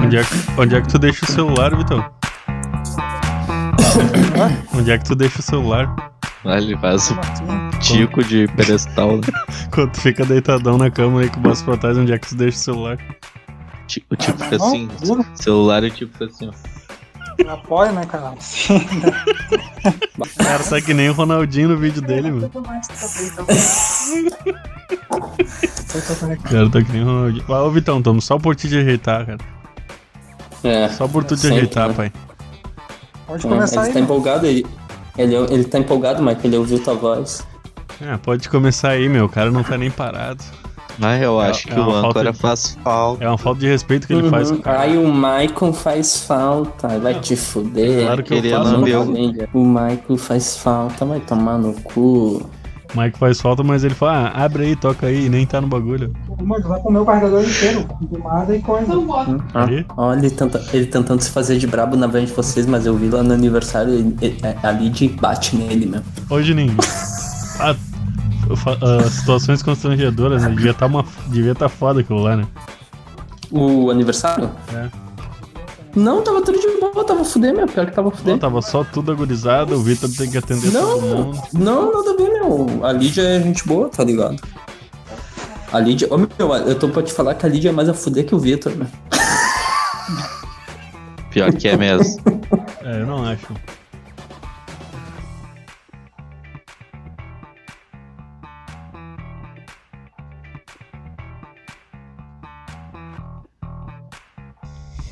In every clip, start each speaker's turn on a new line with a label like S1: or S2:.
S1: Onde é, que, onde é que tu deixa o celular, Vitão? onde é que tu deixa o celular?
S2: Ah, ele faz um
S3: Assim,
S2: tico de pedestal, né?
S1: Quando tu fica deitadão na cama aí com o braço pra trás, onde é que tu deixa o celular?
S2: Ti- O tipo fica
S3: não,
S2: assim,
S3: duro.
S2: celular e o tipo fica assim, ó.
S3: Apoia, né, cara?
S1: O cara tá que nem o Ronaldinho no vídeo dele, mano. O cara tá que nem o Ronaldinho. Ah, Ô, Vitão, tamo só por te ajeitar, cara.
S4: É,
S1: Só né? por tu te
S4: Sempre,
S1: ajeitar,
S4: né?
S1: pai.
S3: Pode
S2: Ah,
S4: é, ele
S3: começar aí. né?
S4: tá empolgado, ele, ele, ele tá empolgado, Mike, ele ouviu tua voz.
S1: Ah, pode começar aí, meu. O cara não tá nem parado.
S2: Mas eu acho
S1: é
S2: que o
S1: uma falta
S2: âncora
S1: de-
S2: faz falta.
S1: É uma falta de respeito que ele
S4: Uhum.
S1: faz com o cara.
S4: Ai, o Maicon faz falta, vai te fuder.
S1: Claro que né? eu
S2: Queria
S1: faço,
S4: Não,
S2: lamber
S1: meu.
S2: o-
S4: família. O Maicon faz falta, vai tomar no cu.
S1: O Mike faz falta, mas ele fala, ah, abre aí, toca aí, e nem tá no bagulho.
S3: Mano, vai comer o carregador inteiro, tomada e coisa.
S4: Hum, ó,
S1: Aí?
S4: Olha, ele, tenta- ele tentando se fazer de brabo na frente de vocês, mas eu vi lá no aniversário ele- ele- é, a Lid bate nele mesmo.
S1: Ô, Juninho. ah, fa- ah, situações constrangedoras, né? Devia tá, uma, devia tá foda aquilo lá, né?
S4: O aniversário?
S1: É.
S4: Não, tava tudo de boa, tava fuder, meu. Pior que tava fuder.
S1: Pô, tava só tudo agorizado, o Vitor tem que atender todo
S4: É. Não,
S1: mundo.
S4: não, nada a ver, meu. A Lídia é gente boa, tá ligado? A Lídia. Ô, meu, eu tô pra te falar que a Lídia é mais a fuder que o Vitor, né? meu.
S2: Pior que é mesmo.
S1: É, eu não acho.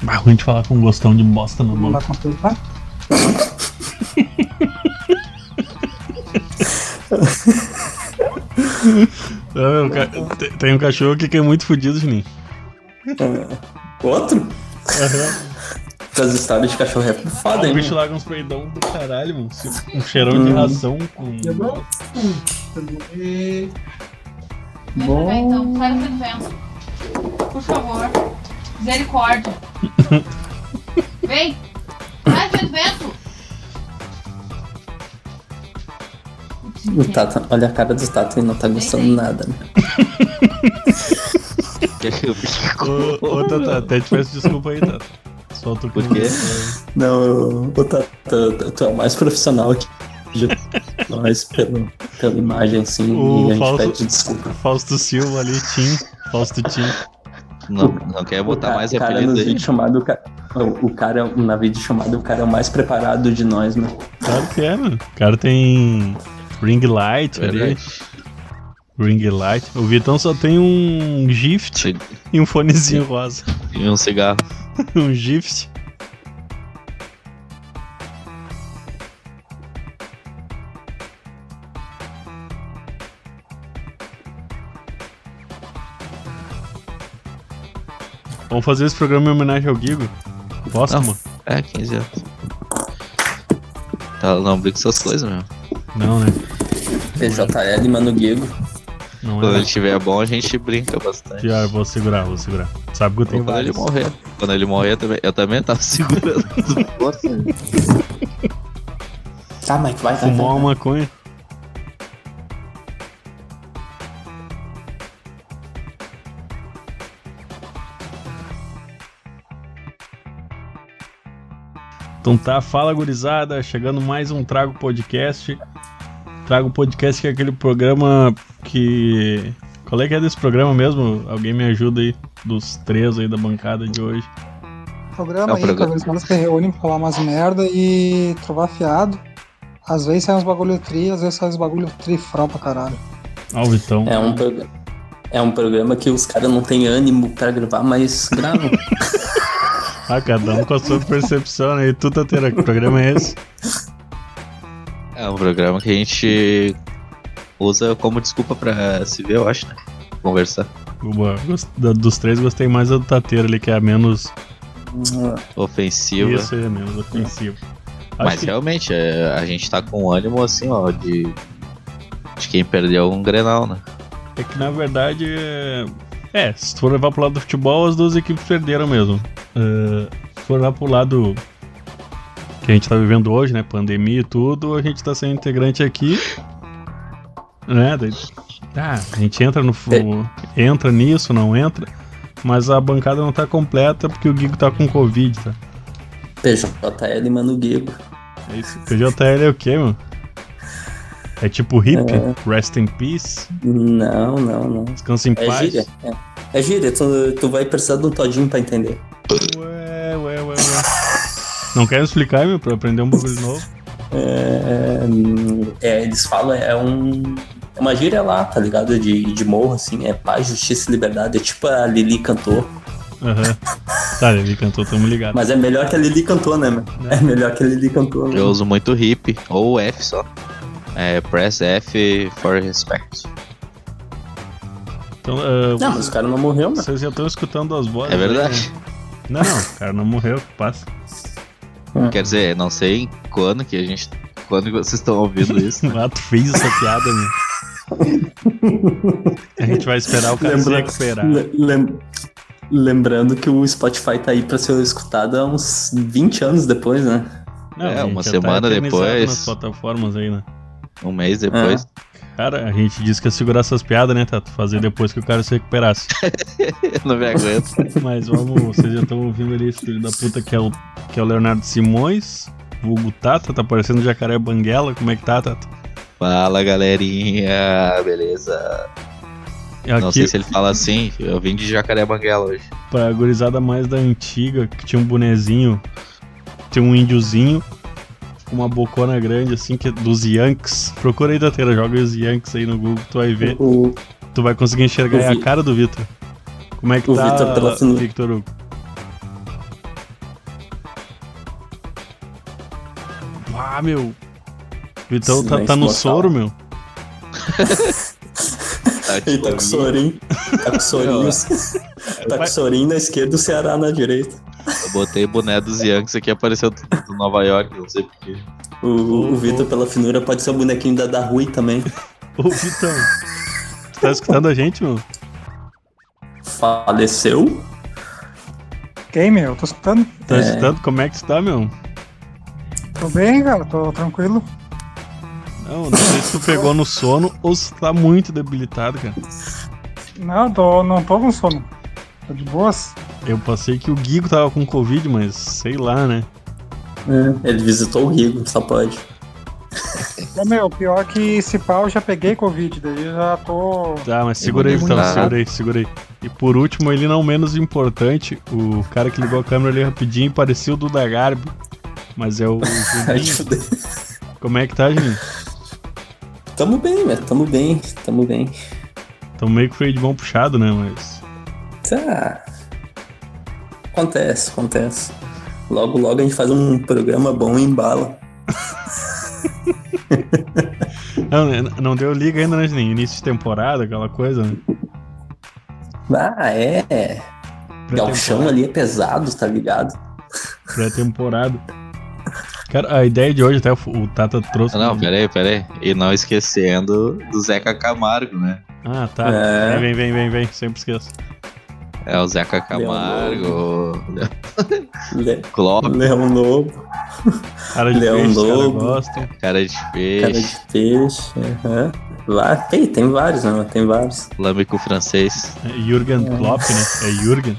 S1: Ah, ruim de falar com um gostão de bosta na
S3: Não
S1: boca.
S3: dá conteúdo, tá?
S1: Ah, meu, ca- te- Tem um cachorro que que é muito fodido, Juninho.
S4: Outro? As histórias de cachorro é foda,
S1: O
S4: hein?
S1: um bicho
S4: meu?
S1: larga uns peidão do caralho, mano. Um cheirão de ração com.
S3: Eu não. E-
S5: Vem pra cá então, sai do vento. Por favor. Misericórdia. Vem! Sai do vento!
S4: O Tata, olha a cara do Tata, ele não tá gostando nada, meu.
S1: Ô, ô tá- Tata, até te peço desculpa aí, Tata. Só tu que
S2: Por
S1: não-
S2: quê?
S4: Não, eu- o Tata, tu é o mais profissional aqui. de Nós, pelo, pela imagem, assim,
S1: O
S4: e a gente
S1: falso-
S4: pede desculpa.
S1: Fausto Silva ali, Tim. Fausto Tim.
S2: Não, não quer botar tá mais
S4: o cara
S2: apelido
S4: nos
S2: aí.
S4: vídeos chamado, o ca- o, o cara, na vídeo chamado, o cara é o mais preparado de nós, né?
S1: Claro que é, mano. O cara tem ring light ali.
S2: Verdade.
S1: Ring light. O Vitão só tem um gift
S2: Ci-
S1: e um fonezinho rosa.
S2: E um cigarro.
S1: um gift. Vamos fazer esse programa em homenagem ao Guigo? Posso,
S2: Não.
S1: mano?
S2: É, 15 anos. Tá, não brinca essas coisas mesmo.
S1: Não, né?
S4: PJL, Mano Guigo.
S1: Não é.
S2: Quando ele estiver bom, a gente brinca bastante.
S1: Pior, vou segurar, vou segurar. Sabe que eu
S2: Ou
S1: tenho
S2: quando ele
S1: vários.
S2: morrer. Quando ele morrer, também, eu também tava segurando. Nossa,
S4: Tá, Mike, vai, vai,
S1: Fumar
S4: vai.
S1: uma maconha. Então tá, fala gurizada, chegando mais um Trago Podcast. Trago Podcast que é aquele programa que. Qual é que é desse programa mesmo? Alguém me ajuda aí, dos três aí da bancada de hoje.
S3: Programa
S2: É o
S3: aí,
S2: programa.
S3: programa. que eles se reúnem pra falar umas merda e trovar fiado. Às vezes sai uns bagulho tri, às vezes sai uns bagulho tri fró pra caralho.
S1: Ó, o Vitão.
S4: É um, prog- é um programa que os caras não têm ânimo pra gravar, mas gravam.
S1: Ah, cada um com a sua percepção, né? E tu, Tatera, que programa é esse?
S2: É um programa que a gente usa como desculpa pra se ver, eu acho, né? Conversar.
S1: Boa. Gost- da- Dos três, gostei mais da do Tateiro ali, que é a menos.
S2: Ofensiva.
S1: Isso aí, é menos ofensiva. Acho
S2: né? Mas
S1: que
S2: realmente, é, a gente tá com ânimo assim, ó, de. De quem perdeu um grenal, né?
S1: é que na verdade. É, é, se tu for levar pro lado do futebol, as duas equipes perderam mesmo. É, se for lá pro lado que a gente tá vivendo hoje, né? Pandemia e tudo, a gente tá sendo integrante aqui. Né? Daí- Tá, a gente entra no. fu- Entra nisso, não entra. Mas a bancada não tá completa porque o Gigo tá com Covid, tá?
S4: PJL, mano, Guigo.
S1: É isso. PJL é o quê, mano? É tipo hip? Rest in peace?
S4: Não, não, não.
S1: Descansa em
S4: É
S1: paz?
S4: gíria. É, é gíria, tu, tu vai precisar de um todinho pra entender.
S1: Ué, ué, ué, ué. Não quero explicar, meu, pra aprender um bagulho novo.
S4: É, é, eles falam, é um. É uma gíria lá, tá ligado? De, de morro, assim, é paz, justiça e liberdade. É tipo a Lili cantou.
S1: Aham. Tá, ele cantou, tamo ligado.
S4: Mas é melhor que a Lili cantou, né, mano? É melhor que a Lili cantou,
S1: Uhum.
S4: né?
S2: Eu uso muito hip ou F só. É, press F for respect.
S1: Então, ah,
S4: Não, mas o cara não morreu, mano.
S1: vocês já estão escutando as vozes.
S2: É verdade.
S1: né? Não, não, o cara não morreu, passa.
S2: Quer dizer, não sei quando que a gente. Quando que vocês estão ouvindo isso.
S1: Ah, tu fez essa piada, meu. A gente vai esperar o cara se
S4: Lembra-
S1: recuperar.
S4: le- lem- Lembrando que o Spotify tá aí pra ser escutado há uns 20 anos depois, né?
S1: Não,
S2: É,
S1: a gente
S2: uma
S1: já tá
S2: semana
S1: eternizado
S2: depois.
S1: nas plataformas aí, né?
S2: Um mês depois.
S1: Cara, a gente disse que ia segurar essas piadas, né, Tato? Fazer depois que o cara se recuperasse. É.
S2: Eu não me aguento.
S1: Mas vamos, vocês já estão ouvindo ali esse filho da puta que é o, que é o Leonardo Simões, vulgo Tata, tá parecendo jacaré banguela, como é que tá, Tata?
S2: Fala galerinha, beleza? Não
S1: É Aqui,
S2: sei se ele fala assim. Eu vim de Jacaré Banguela hoje.
S1: pra gurizada mais da antiga, que tinha um bonezinho, tinha um índiozinho, com uma bocona grande, assim, que é dos Yanks. Procura aí, Tateira, joga os Yanks aí no Google, tu vai ver,
S4: O,
S1: tu vai conseguir enxergar é
S4: O
S1: a
S4: Vi-
S1: cara do Vitor. Como é que
S4: O
S1: tá,
S4: Vitor pela sinu-
S1: Victor Hugo? Ah, meu... Vitão tá,
S4: Silêncio
S1: tá no
S4: total.
S1: soro, meu.
S2: Tá
S4: ele tá com sorinho. Tá com sorinho. tá com sorinho na esquerda e o Ceará na direita.
S2: Eu botei o boné dos Yankees aqui, apareceu do do Nova York, não sei porquê.
S4: O, o Vitor, pela finura, pode ser o bonequinho da, da Rui também.
S1: Ô, Vitão. tu tá escutando a gente, meu?
S4: Faleceu?
S3: Quem, meu? Tô escutando?
S1: Tá
S4: É.
S1: escutando? Como é que tu tá, meu?
S3: Tô bem, cara. Tô tranquilo.
S1: Não, não sei se tu pegou no sono ou se tu tá muito debilitado, cara.
S3: Não, tô, não tô com sono. Tô de boas.
S1: Eu passei que o Guigo tava com Covid, mas sei lá, né?
S4: É, ele visitou o Rigo, só pode.
S3: Ô, meu, pior que esse pau eu já peguei Covid, daí eu já tô.
S1: Tá, mas segura aí,
S2: vou
S1: Vitão,
S2: lembrar.
S1: segura aí, segura aí. E por último, ele não menos importante, o cara que ligou a câmera ali rapidinho parecia o Duda Garbi, mas é o, o
S4: Ai, te
S1: Juninho.
S4: fudeu.
S1: Como é que tá, Juninho?
S4: Tamo bem, né? Tamo bem, tamo bem.
S1: Tão meio que foi de mão puxado, né? Mas.
S4: Tá. Acontece, acontece. Logo, logo a gente faz um programa bom e embala.
S1: Não, né, não deu liga ainda, né, Juninho? Início de temporada, aquela coisa, né?
S4: Ah, é. Galchão ali é pesado, tá ligado?
S1: Pré-temporada. Cara, a ideia de hoje, até o o Tata trouxe.
S2: Ah, não,
S1: né?
S2: peraí, peraí. E não esquecendo do Zeca Camargo, né?
S1: Ah, tá.
S4: É.
S1: Vem, vem, vem, vem. Sempre esqueço.
S2: É o Zeca Camargo,
S4: Le
S2: Clóvis,
S4: Leão Lobo,
S1: Cara É de
S4: Leão
S1: peixe, os caras
S4: Lobo.
S1: gostam.
S2: cara de
S4: cara
S2: peixe,
S4: de peixe. aham. Lá, tem, tem vários, né? mano? Tem vários.
S2: lâmico francês.
S1: É Jürgen Klopp, né? É Jürgen.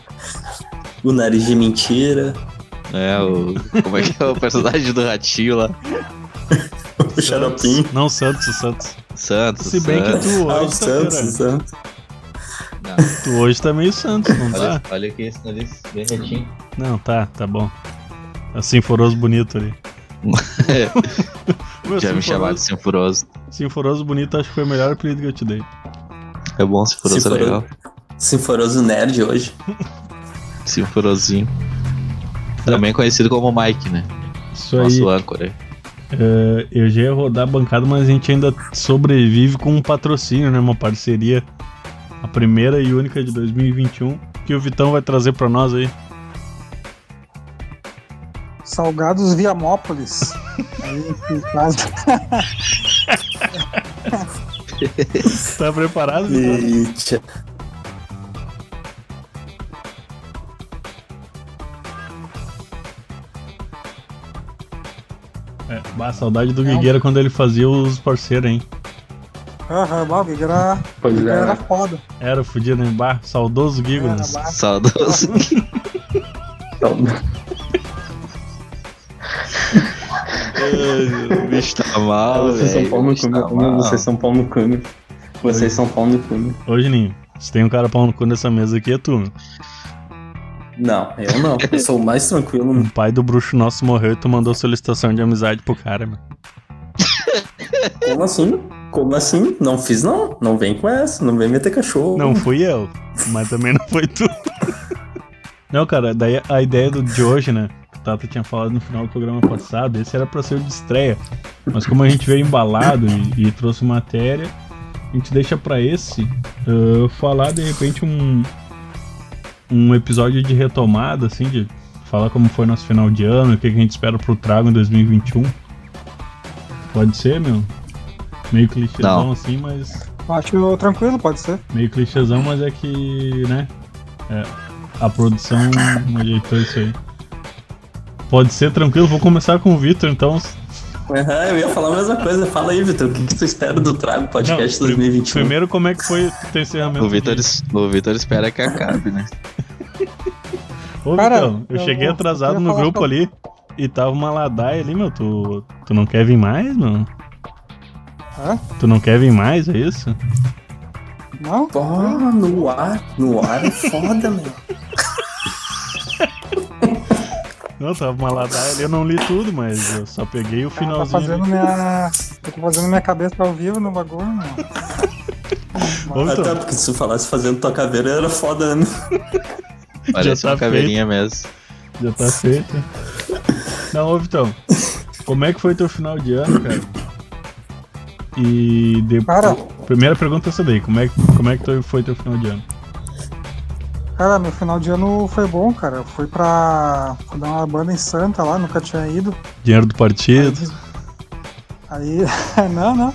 S4: O nariz de mentira.
S2: É o. Como é que é o personagem do ratinho lá?
S4: O xaropinho.
S1: Não, Santos, o Santos.
S2: Santos.
S1: Se bem que
S2: Santos.
S1: tu
S4: Ah, o
S1: hoje, tá,
S4: Santos, o
S1: cara,
S4: Santos.
S2: Não,
S1: tu hoje tá meio Santos, não tá?
S2: olha, olha aqui esse nariz bem retinho.
S1: Não, tá, tá bom. É Sinforoso bonito ali. Meu, assim
S2: Já me
S1: Sinforoso-
S2: chamaram de Sinfuroso.
S1: Sinforoso bonito, acho que foi o melhor apelido que eu te dei.
S2: É bom, Sinfuroso é
S4: Sinforoso.
S2: legal.
S4: Sinforoso Nerd hoje.
S2: Sinfurosinho. Também conhecido como Mike, né?
S1: Isso aí.
S2: Nosso âncora.
S1: é, eu já ia rodar a bancada, mas a gente ainda sobrevive com um patrocínio, né? Uma parceria. A primeira e única de 2021 que o Vitão vai trazer pra nós aí.
S3: Salgados Viamópolis. Aí, em casa.
S1: Tá preparado, Vitão?
S4: E tchau.
S1: É, bah, saudade do Guigueira quando ele fazia os parceiros, hein?
S3: Aham, uhum, o Giga era,
S4: Pois é,
S3: era
S4: né?
S3: foda.
S1: Era fudido em bar, saudoso Gigo.
S3: Era
S1: né?
S3: barra.
S2: Saudoso.
S4: Então,
S2: Ai, o bicho tá mal,
S4: vocês é são
S2: velho.
S4: pau
S2: o
S4: no
S2: bicho
S4: cume,
S2: tá mal.
S4: vocês são pau no cume. Vocês são pau no cume.
S1: Ô, Juninho, se tem um cara pau no cu nessa mesa aqui, é tu. né?
S4: Não, eu não. Eu sou o mais tranquilo.
S1: O pai do bruxo nosso morreu e tu mandou solicitação de amizade pro cara, meu.
S4: Como assim? Como assim? Não fiz, não. Não vem com essa. Não vem meter cachorro.
S1: Não fui eu, mas também não foi tu. Não, cara, daí a ideia do, de hoje, né? Que o Tata tinha falado no final do programa passado, esse era pra ser o de estreia. Mas como a gente veio embalado e, e trouxe matéria, a gente deixa pra esse ah, falar de repente um, um episódio de retomada, assim, de falar como foi nosso final de ano, o que, que a gente espera pro trago em 2021. Pode ser, meu? Meio clichêzão
S2: Não.
S1: assim, mas.
S3: Acho tranquilo, pode ser.
S1: Meio clichêzão, mas é que, né? é, a produção ajeitou isso aí. Pode ser tranquilo, vou começar com o Vitor, então.
S4: Aham, eu ia falar a mesma coisa. Fala aí, Vitor. O que, que tu espera do Trago Podcast
S1: Não, pri-
S4: 2021?
S1: Primeiro, como é que foi o teu encerramento?
S2: O Vitor,
S1: de-
S2: es- o Vitor espera que acabe, né?
S1: Ô,
S3: Cara,
S1: Vitão, eu
S3: eu
S1: cheguei
S3: vou-
S1: atrasado
S3: eu
S1: no
S3: ia falar
S1: grupo
S3: pra-
S1: ali e tava uma ladaia ali, meu. Tu, tu não quer vir mais, mano?
S3: Hã?
S1: Tu não quer vir mais, é isso?
S3: Não? Tá
S4: Pô, no ar. No ar é foda, meu.
S1: Não, tava uma ladaia ali, eu não li tudo, mas eu só peguei o
S3: Tá
S1: finalzinho. ali.
S3: fazendo minha. Tô fazendo minha cabeça ao vivo no bagulho, mano.
S1: Ô, Vitor,
S4: Até porque se tu falasse fazendo tua caveira era foda, né?
S2: Parece
S1: tá
S2: uma caveirinha mesmo.
S1: Já tá feito. Não, ô Vitão, como é que foi teu final de ano, cara? E depois.
S3: Cara.
S1: Primeira pergunta é essa daí, como é, que- como é que teu- foi teu final de ano?
S3: Cara, meu final de ano foi bom, cara. Eu fui pra. Fui dar uma banda em Santa lá, nunca tinha ido.
S1: Dinheiro do partido.
S3: Aí. não, não.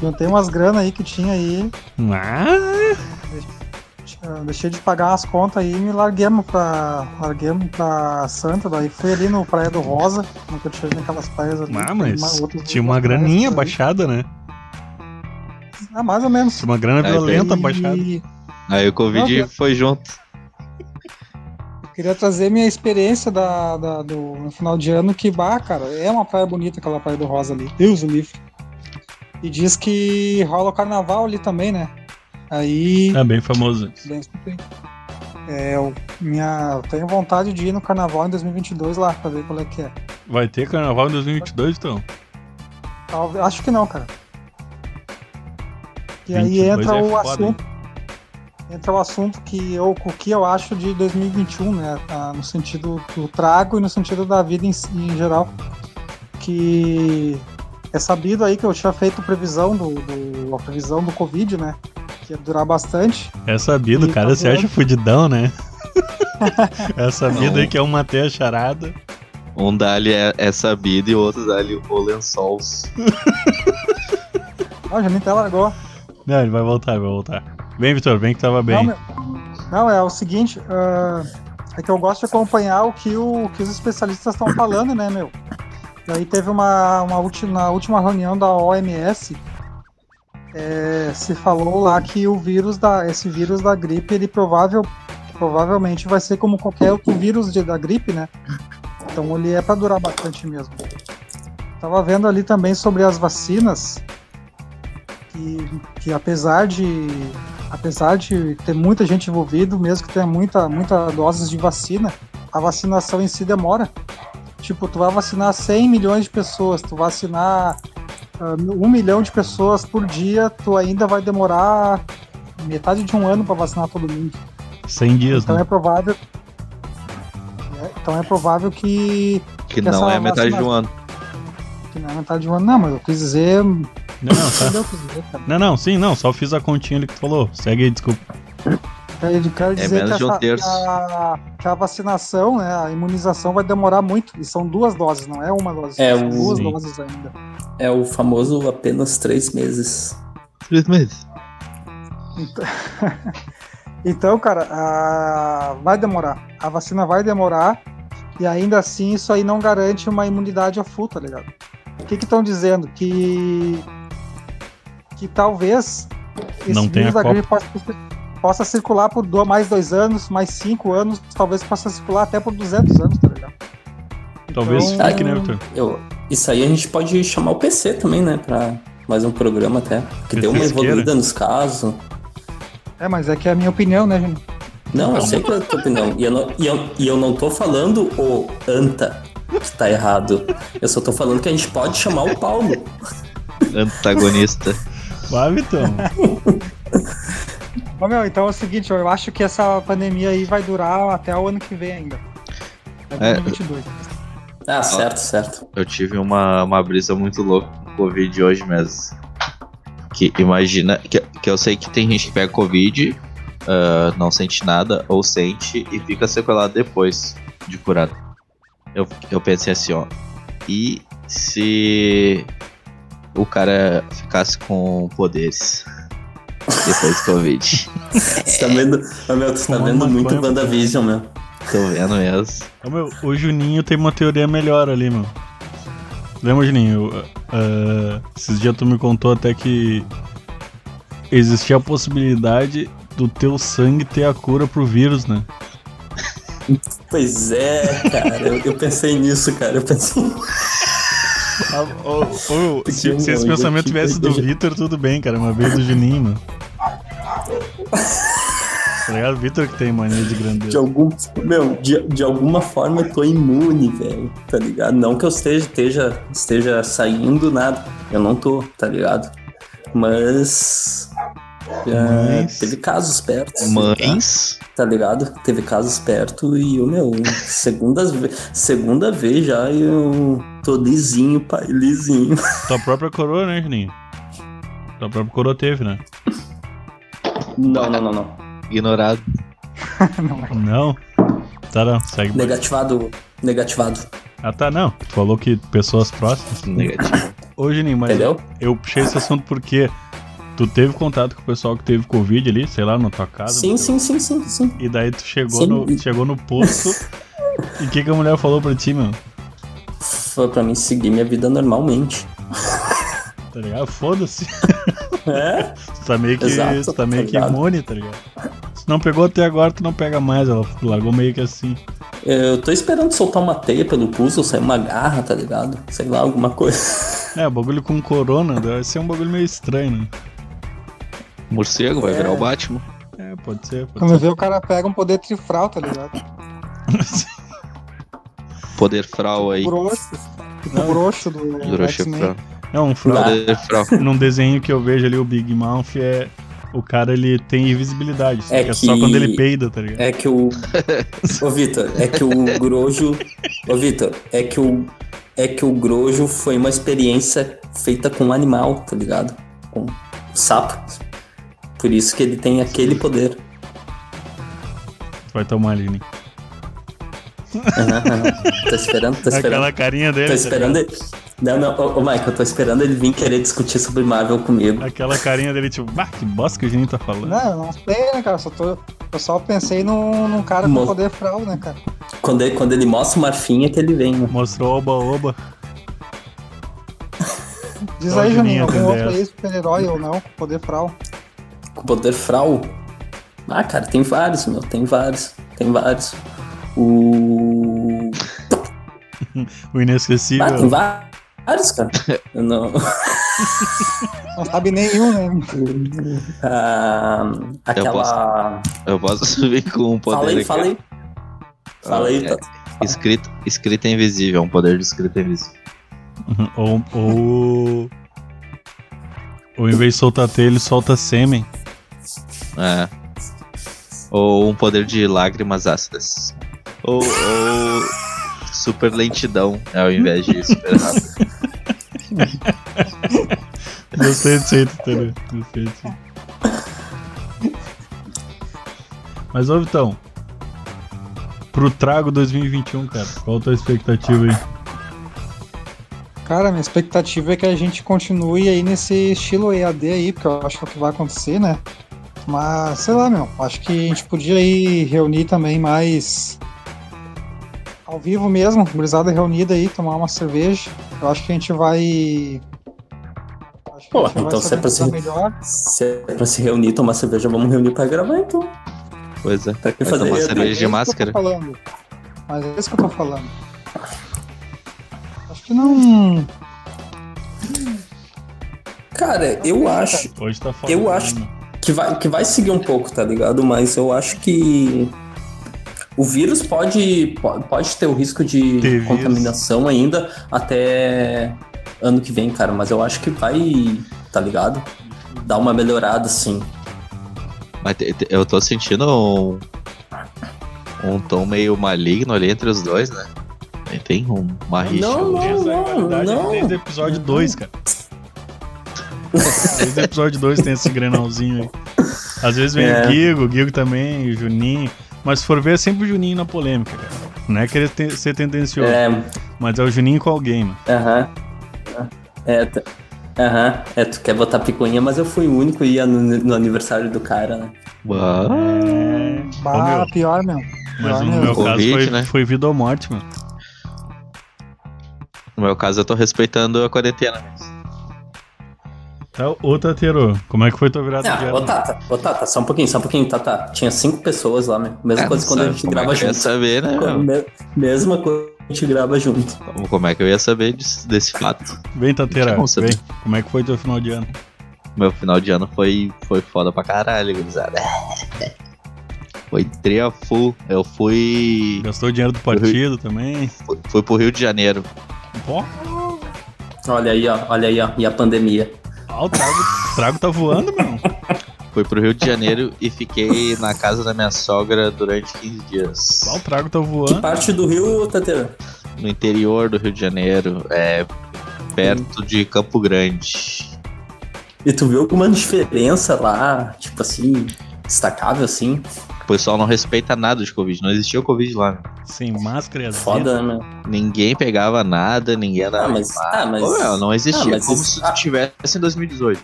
S3: Juntei umas grana aí que tinha aí.
S1: Ah,
S3: Eu Ah, Deixei de pagar as contas aí e me larguemos pra. Larguemos pra Santa, daí fui ali no Praia do Rosa, nunca tinha ido naquelas praias ali.
S1: ah,
S3: tem
S1: mas
S3: uma- outras-
S1: tinha uma
S3: outras praias
S1: graninha
S3: por aí.
S1: baixada, né?
S3: Ah, mais ou menos.
S1: Tinha uma grana
S2: Aí
S1: violenta
S3: E
S1: baixada.
S2: Aí o Covid
S3: Não,
S2: foi junto.
S3: Queria trazer minha experiência da, da- do no final de ano, que, bah, cara, é uma praia bonita aquela praia do Rosa ali. Deus o livre. E diz que rola o carnaval ali também, né? Aí.
S1: Ah, bem famoso.
S3: Bem, escutei. É, eu, minha, eu tenho vontade de ir no carnaval em 2022 lá, pra ver qual é que é.
S1: Vai ter carnaval em 2022, então?
S3: Talvez- acho que não, cara. E aí
S1: 22
S3: entra
S1: é
S3: o
S1: foda,
S3: assunto. Entra o assunto que eu, o que eu acho de 2021, né? tá? No sentido do trago e no sentido da vida em, si- em geral. Que é sabido aí que eu tinha feito previsão do, do- a previsão do Covid, né? Que ia durar bastante.
S1: É sabido, o
S3: E tá
S1: cara se
S3: acabou.
S1: acha fudidão, né? É sabido
S2: Não.
S1: aí que é uma teia charada.
S2: Um dali é, é sabido e o outro dali o lençols.
S3: Ah, já nem até largou.
S1: Não, ele vai voltar, ele vai voltar. Vem, Vitor, vem que tava bem.
S3: Não, meu- não, é o seguinte, ah, é que eu gosto de acompanhar o que, o, que os especialistas estão falando, né, meu? E aí teve uma, uma ulti, na última reunião da OMS, é, se falou lá que o vírus da, esse vírus da gripe, ele provável, provavelmente vai ser como qualquer outro vírus de- da gripe, né? Então ele é para durar bastante mesmo. Tava vendo ali também sobre as vacinas, que, que apesar de apesar de ter muita gente envolvida, mesmo que tenha muita, muita doses de vacina, a vacinação em si demora. Tipo, tu vai vacinar 100 milhões de pessoas, tu vacinar ah, um milhão de pessoas por dia, tu ainda vai demorar metade de um ano para vacinar todo mundo.
S1: 100 dias,
S3: Então
S1: né?
S3: é provável. é, Então é provável que,
S2: Que
S3: Essa
S2: não é metade
S3: vacina-
S2: de um ano.
S3: que não é metade de um ano, não, mas eu quis dizer. Entendeu
S1: Não, não, tá.
S3: o que eu quis dizer, cara?
S1: Não, não, sim, não, só fiz a continha ali que tu falou. Segue aí, desculpa.
S3: Tá, Eu quero dizer
S2: menos
S3: que,
S2: de um
S3: essa-
S2: terço.
S3: que a, que a vacinação, né, a imunização vai demorar muito. E são duas doses, não é uma dose.
S4: É,
S3: são
S4: um-
S3: duas
S1: Sim.
S3: doses ainda.
S4: É o famoso apenas três meses.
S2: Três meses.
S3: Então, cara, a- vai demorar. A vacina vai demorar. E ainda assim, isso aí não garante uma imunidade a full, tá ligado? O que estão dizendo? Que que talvez esse
S1: Não tenha
S3: vírus da
S1: Copa.
S3: gripe possa, possa circular por do- mais dois anos, mais cinco anos, talvez possa circular até por 200 anos, tá ligado?
S1: Talvez
S3: Então,
S1: fique, né, Arthur?
S4: Eu, isso aí a gente pode chamar o PC também, né? Pra mais um programa até. Que deu uma
S1: Pesquisqueira.
S4: evoluída nos casos.
S3: É, mas é que é a minha opinião, né, gente?
S4: Não, eu sei que é a tua opinião. E eu, não, e, eu, e eu não tô falando o Anta que tá errado. Eu só tô falando que a gente pode chamar o Paulo.
S2: Antagonista.
S1: Vai, Vitão.
S3: Ô, meu, então é o seguinte, eu acho que essa pandemia aí vai durar até o ano que vem ainda.
S2: É.
S3: 2022.
S4: Ah, certo, certo.
S2: Eu tive uma, uma brisa muito louca com o Covid hoje mesmo. Que imagina. Que, que eu sei que tem gente que pega Covid, ah, não sente nada, ou sente e fica sequelado depois de curado. Eu, eu pensei assim, ó. E se o cara ficasse com poderes depois do Covid?
S4: Você tá vendo, Ô, meu, tu tá
S1: É. Fumando
S4: vendo muito
S1: maconha,
S4: WandaVision, meu.
S2: Tô vendo mesmo.
S1: Ô, meu, o Juninho tem uma teoria melhor ali, meu. Lembra, Juninho? Ah, esses dias tu me contou até que existia a possibilidade do teu sangue ter a cura pro vírus, né?
S4: Pois é, cara. Eu, eu pensei nisso, cara. Eu pensei.
S1: Ô, ô, se, se esse
S4: Não, eu
S1: pensamento
S4: te-
S1: tivesse do
S4: eu te-
S1: Vitor, tudo bem, cara, mas veio do Juninho, mano. Tá ligado? O Vitor que tem mania de
S4: De
S1: grandeza.
S4: algum, meu, de, de alguma forma eu tô imune, velho, tá ligado? Não que eu esteja, esteja, esteja saindo nada, eu não tô, tá ligado? Mas. é,
S1: Mas-
S4: teve casos perto.
S2: Mas.
S4: Tá, tá ligado? Teve casos perto e eu, meu, segunda, ve- segunda vez já eu tô lisinho, pai, lisinho.
S1: Tua própria coroa, né, Juninho? Tua própria coroa teve, né?
S4: Não, não, não, não.
S2: Ignorado.
S1: Não? Tá, não. Segue.
S4: Negativado, negativado,
S1: Ah, tá, não. Tu falou que pessoas próximas.
S2: Negativo.
S1: Ô, Juninho, mas é
S4: entendeu?
S1: eu puxei esse assunto porque tu teve contato com o pessoal que teve Covid ali, sei lá, na tua casa. no
S4: Sim,
S1: teu-
S4: sim, sim, sim, sim.
S1: E daí tu chegou,
S4: Sim.
S1: no, chegou no posto. e o que, que a mulher falou pra ti, meu?
S4: Foi pra mim seguir minha vida normalmente.
S1: Tá ligado? Foda-se.
S4: É?
S1: Tu tá meio que,
S4: Exato,
S1: tu tá meio
S4: tá
S1: que
S4: ligado?
S1: imune, tá ligado? Se não pegou até agora, tu não pega mais. Ela largou meio que assim.
S4: Eu tô esperando soltar uma teia pelo pulso, sair uma garra, tá ligado? Sei lá, alguma coisa.
S1: É, bagulho com corona, deve ser um bagulho meio estranho, né?
S2: Morcego vai virar o Batman.
S1: É, pode ser, pode
S3: Quando
S1: ser.
S3: vê o cara pega um poder trifral, tá ligado?
S2: Poder Frau aí.
S3: Broxo. Tipo o broxo do
S2: Broxa
S3: X-Men.
S2: Frau.
S1: É um fraude.
S2: Poder Frau.
S1: Num desenho que eu vejo ali, o Big Mouth é. O cara ele tem invisibilidade. só
S4: É
S1: que É só
S4: que-
S1: quando ele peida, tá ligado?
S4: É que o. Ô, Vitor, é que o Grojo. Ô, Vitor, é que o. É que o Grojo foi uma experiência feita com um animal, tá ligado? Com um sapo. Por isso que ele tem aquele poder.
S1: Vai tomar ali, né?
S4: Tá Aham, aham. tô esperando, tô
S1: Aquela
S4: esperando.
S1: carinha dele.
S4: Tô
S1: tá
S4: esperando ele. Não, não, ô, ô Mike, eu tô esperando ele vir querer discutir sobre Marvel comigo.
S1: ligado? Aquela carinha dele, tipo, bah, que bosta que o Juninho tá falando.
S3: Não, eu não sei, né, cara? Só tô, eu só pensei num, num cara com
S4: Mo-
S3: poder fral, né, cara?
S4: Quando ele, quando ele mostra o Marfim, é que ele vem, né?
S1: Mostrou oba-oba.
S3: Diz
S1: Só o
S3: aí, Juninho,
S1: Juninho
S3: algum
S1: entender
S3: outro
S1: essa.
S3: aí, super-herói ou não, com poder fral.
S4: Com poder fral? Ah, cara, tem vários, meu. Tem vários. Tem vários.
S1: O
S4: O. Ah, tem
S1: inesquecível.
S4: va- vários, cara. Eu não.
S3: Não sabe nenhum, né?
S4: Ah, aquela.
S2: Eu posso subir com um poder.
S4: Fala aí,
S2: aqui.
S4: fala aí. Fala aí,
S2: Ah, é.
S4: tá.
S2: Escrita, escrita invisível, é um poder de escrita invisível.
S1: Ou, ou. Ou em vez de soltar teia, ele solta sêmen.
S2: É. Ou um poder de lágrimas ácidas. Ou, ou super lentidão, né, ao invés de super rápido.
S1: Gostei disso aí, Tutano. Gostei disso aí. Mas ô Vitão. Pro Trago 2021, cara, qual a tua expectativa aí?
S3: Cara, minha expectativa é que a gente continue aí nesse estilo EAD aí, porque eu acho que é o que vai acontecer, né? Mas, sei lá, meu, acho que a gente podia aí reunir também mais ao vivo mesmo, gurizada reunida aí, tomar uma cerveja. Eu acho que a gente vai Acho que
S4: Pô,
S3: a gente vai
S4: então se é pra
S3: saber
S4: se-
S3: melhor.
S4: Se é pra se reunir, tomar cerveja, vamos reunir pra gravar então.
S2: Pois é.
S4: Pra que
S2: Vai
S4: fazer?
S2: tomar cerveja.
S3: É
S2: de
S3: isso que eu tô
S2: máscara?
S3: falando. Mas é isso que eu tô falando. Acho que não.
S4: Cara, eu acho
S1: Hoje tá foda.
S4: Eu
S1: né,
S4: acho
S1: mano?
S4: que vai, que vai seguir um pouco, tá ligado? Mas eu acho que o vírus pode, po- pode ter o risco de
S1: Ter vírus.
S4: contaminação ainda até ano que vem, cara. Mas eu acho que vai, tá ligado? Dar uma melhorada, assim.
S2: Mas te- te- eu tô sentindo um. Um tom meio maligno ali entre os dois, né? Aí Tem um, uma rixa.
S4: Ah, Não, não.
S1: Essa rivalidade
S4: não.
S1: é desde o episódio 2, cara. Desde o episódio 2 tem esse grenalzinho aí. Às vezes vem
S4: É.
S1: o Guigo, o Guigo também, o Juninho. Mas se for ver, é sempre o Juninho na polêmica, cara. Não é querer te- ser tendencioso,
S4: É,
S1: mas é o Juninho com alguém, mano.
S4: aham. É, tu- aham. É, tu quer botar picuinha, mas eu fui o único e ia no, no aniversário do cara, né?
S2: Ah,
S1: É. Ô,
S3: Bah,
S1: meu,
S3: Ah, pior, meu.
S1: mas
S3: pior,
S1: no meu caso
S2: Convite,
S1: foi,
S2: né?
S1: foi vida ou morte, mano.
S2: No meu caso, eu tô respeitando a quarentena.
S1: Tá, ô Tateiro, como é que foi tua virada de
S4: Ah, ô
S1: ano?
S4: Tata, ô Tata, só um pouquinho, só um pouquinho, Tata. Tinha cinco pessoas lá, meu. Mesma
S2: É,
S4: coisa quando a
S2: sabe
S4: gente
S2: como
S4: grava
S2: é que eu ia
S4: junto.
S2: saber, né?
S4: Quando-
S2: meu?
S4: me- Mesma coisa que a gente grava junto.
S2: Como, como é que eu ia saber disso- desse fato?
S1: Vem, Tateira,
S2: Tinha como saber.
S1: vem. Como é que foi teu final de ano?
S2: Meu final de ano foi, foi foda pra caralho, gurizada. Foi triafu. Eu fui,
S1: Gastou dinheiro do partido também?
S2: fui. Fui pro Rio de Janeiro.
S1: Pô,
S4: Olha aí, ó, olha aí, ó. E a pandemia.
S1: ah, o trago, o trago tá voando, mano.
S2: Fui pro Rio de Janeiro e fiquei na casa da minha sogra durante 15 dias.
S1: Ah, o trago tá
S4: Que
S1: voando.
S4: parte do Rio, Tateira?
S2: No interior do Rio de Janeiro, é perto de Campo Grande.
S4: E tu viu alguma diferença lá, tipo assim, destacável assim?
S2: O pessoal não respeita nada de Covid, não existia o Covid lá.
S1: Sem máscara e azedo.
S4: Foda, né? meu?
S2: Ninguém pegava nada, ninguém era.
S4: Ah, mas. Ah, mas.
S2: Ô, meu, não
S4: Ah,
S2: existia
S4: mas
S2: como
S4: isso-
S2: se tivesse em 2018.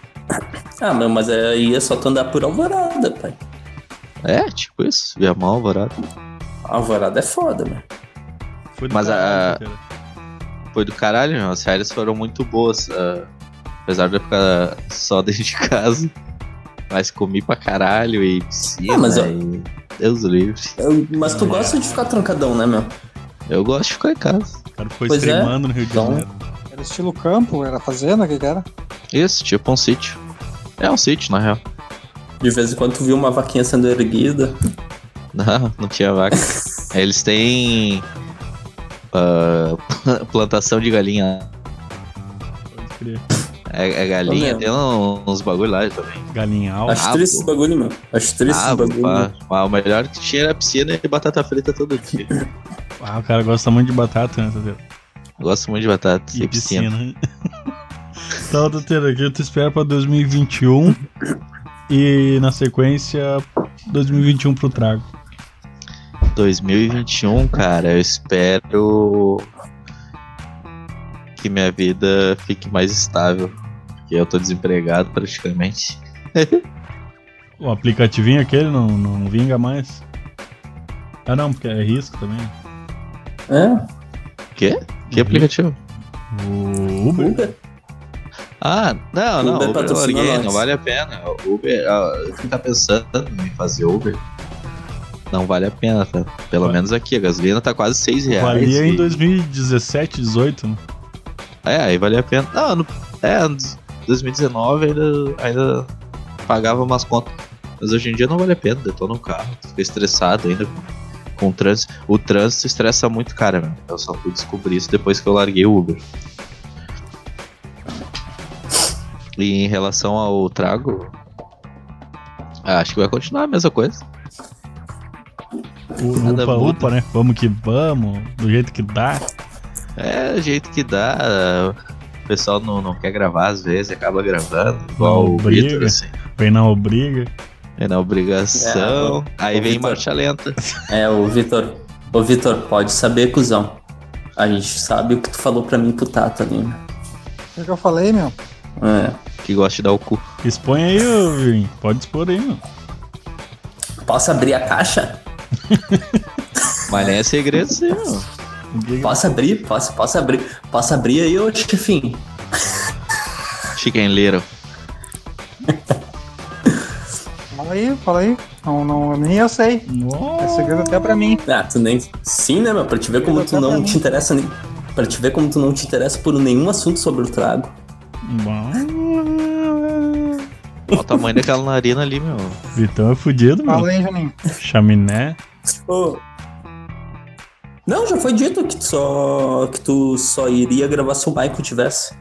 S4: Ah, meu, mas aí é só tu andar por alvorada, pai.
S2: É, tipo isso, via mal, barato.
S4: Alvorada é foda, meu.
S1: Foi do
S2: Mas a-
S1: caralho, Tateira.
S2: Foi do caralho, meu. As férias foram muito boas. ah, apesar de eu ficar só dentro de casa. Mas comi pra caralho e piscina.
S4: Ah, mas eu-
S2: e Deus livre.
S4: Eu- Mas tu gosta de ficar trancadão, né, meu?
S2: Eu gosto de ficar em casa.
S1: O cara foi
S4: Pois é.
S1: streamando no Rio de
S4: Então-
S1: Janeiro.
S3: Era estilo campo, era fazenda, o que que era?
S2: Isso, tipo um sítio. É um sítio, na real.
S4: De vez em quando tu viu uma vaquinha sendo erguida.
S2: Não, não tinha vaca. Eles têm. ah, plantação de galinha.
S1: Pode crer.
S2: É, é galinha,
S4: Ô, meu.
S2: tem um- uns bagulho lá também.
S1: Galinha alta.
S4: Acho triste esse bagulho, meu. Acho triste
S2: Tá um Ah,
S4: esse bagulho.
S2: pá. Ah, o melhor que tinha era piscina e batata frita todo dia.
S1: Ah, o cara gosta muito de batata, né, Tateira?
S2: Eu Gosto muito de batata e,
S1: E
S2: piscina.
S1: piscina. então, Tateira, o que tu espera pra 2021? E na sequência, 2021 pro trago.
S2: 2021, cara, eu espero que minha vida fique mais estável. Porque eu tô desempregado praticamente.
S1: O aplicativinho aquele não, não vinga mais. Ah não, porque é risco também.
S4: É,
S2: Que aplicativo?
S1: O Uber?
S4: Uber.
S2: Ah, não, não. Uber,
S4: Uber
S2: eu
S4: patrocina
S2: larguei,
S4: nós.
S2: não vale a pena. Uber, ah, quem tá pensando em fazer Uber? Não vale a pena, tá? Pelo
S1: Vale.
S2: menos aqui, a gasolina tá quase 6 reais.
S1: Valia em
S2: e-
S1: 2017, 18, né?
S2: É, aí valia a pena. Não, no, é, no 2019 ainda, ainda pagava umas contas. Mas hoje em dia não vale a pena, detona um carro, tu fica estressado ainda com, com o trânsito. O trânsito estressa muito, cara, meu. Eu só fui descobrir isso depois que eu larguei o Uber. E em relação ao trago, ah, acho que vai continuar a mesma coisa.
S1: O-
S2: Nada
S1: Upa,
S2: muda.
S1: upa, né? Vamos que vamos, do jeito que dá.
S2: É o jeito que dá. O pessoal não, não quer gravar às vezes, acaba gravando, igual
S1: Não
S2: o
S1: briga.
S2: Vitor, assim.
S1: Vem na obriga.
S2: É na obrigação. aí
S4: ô,
S2: vem
S4: Vitor.
S2: marcha lenta.
S4: É, o Vitor. Ô, Vitor, pode saber, cuzão. A gente sabe o que tu falou pra mim pro Tato ali. né?
S3: O que que eu falei, meu?
S4: É.
S2: Que gosta de dar o cu.
S1: Expõe aí, ô, Virinho. Pode expor aí, mano.
S4: Posso abrir a caixa?
S2: Mas nem é segredo isso aí, mano.
S1: O que que-
S4: Posso abrir? Posso, posso abrir? Posso abrir aí, ô chefinho?
S2: Chicken Little.
S3: Fala aí, fala aí. Não, não, nem eu sei. É segredo até pra mim.
S4: Ah, tu nem. Sim, né, meu? Pra te ver como tu não te interessa nem. Pra te ver como tu não te interessa por nenhum assunto sobre o trago.
S1: Bom.
S2: Olha o tamanho daquela narina ali, meu.
S1: Vitão é fudido,
S3: Fala
S1: mano.
S3: aí, Juninho.
S1: Chaminé.
S4: Ô. Não, já foi dito que tu só. que tu só iria gravar se o Michael tivesse.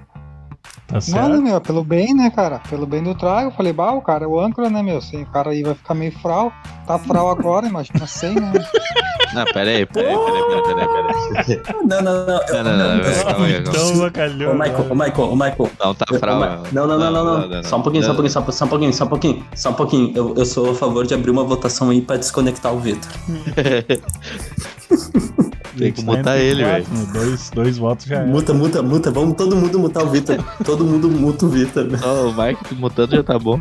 S1: Tá
S3: Nada,
S1: certo.
S3: meu, pelo bem, né, cara? Pelo bem do trago. Eu falei, bah, o cara é o âncora, né, meu? Sem o cara aí vai ficar meio fral. Tá fral agora, imagina sem, né?
S2: Não, pera aí, pera aí, pera aí, pera aí, pera aí.
S4: Ah, Não, não, não.
S2: Não,
S4: eu-
S2: não, não, não, calma aí, calma aí.
S1: Vitão
S4: Ô,
S1: bacalhou.
S4: Michael,
S2: é
S4: ô, Michael, ô, Michael.
S2: Não, tá
S4: Eu-
S2: fraco.
S4: uma- não, não, não, não, não, Só um pouquinho, só um pouquinho, só, só um pouquinho, só um pouquinho, só um pouquinho. Eu, eu sou a favor de abrir uma votação aí pra desconectar o Vitor.
S2: Tem que mutar ele, velho.
S1: tá Dois, dois votos já era.
S4: Muta, muta, muta. Vamos todo mundo mutar o Vitor. Todo mundo muta o Vitor.
S2: Ó, o Mike tu mutando já tá bom.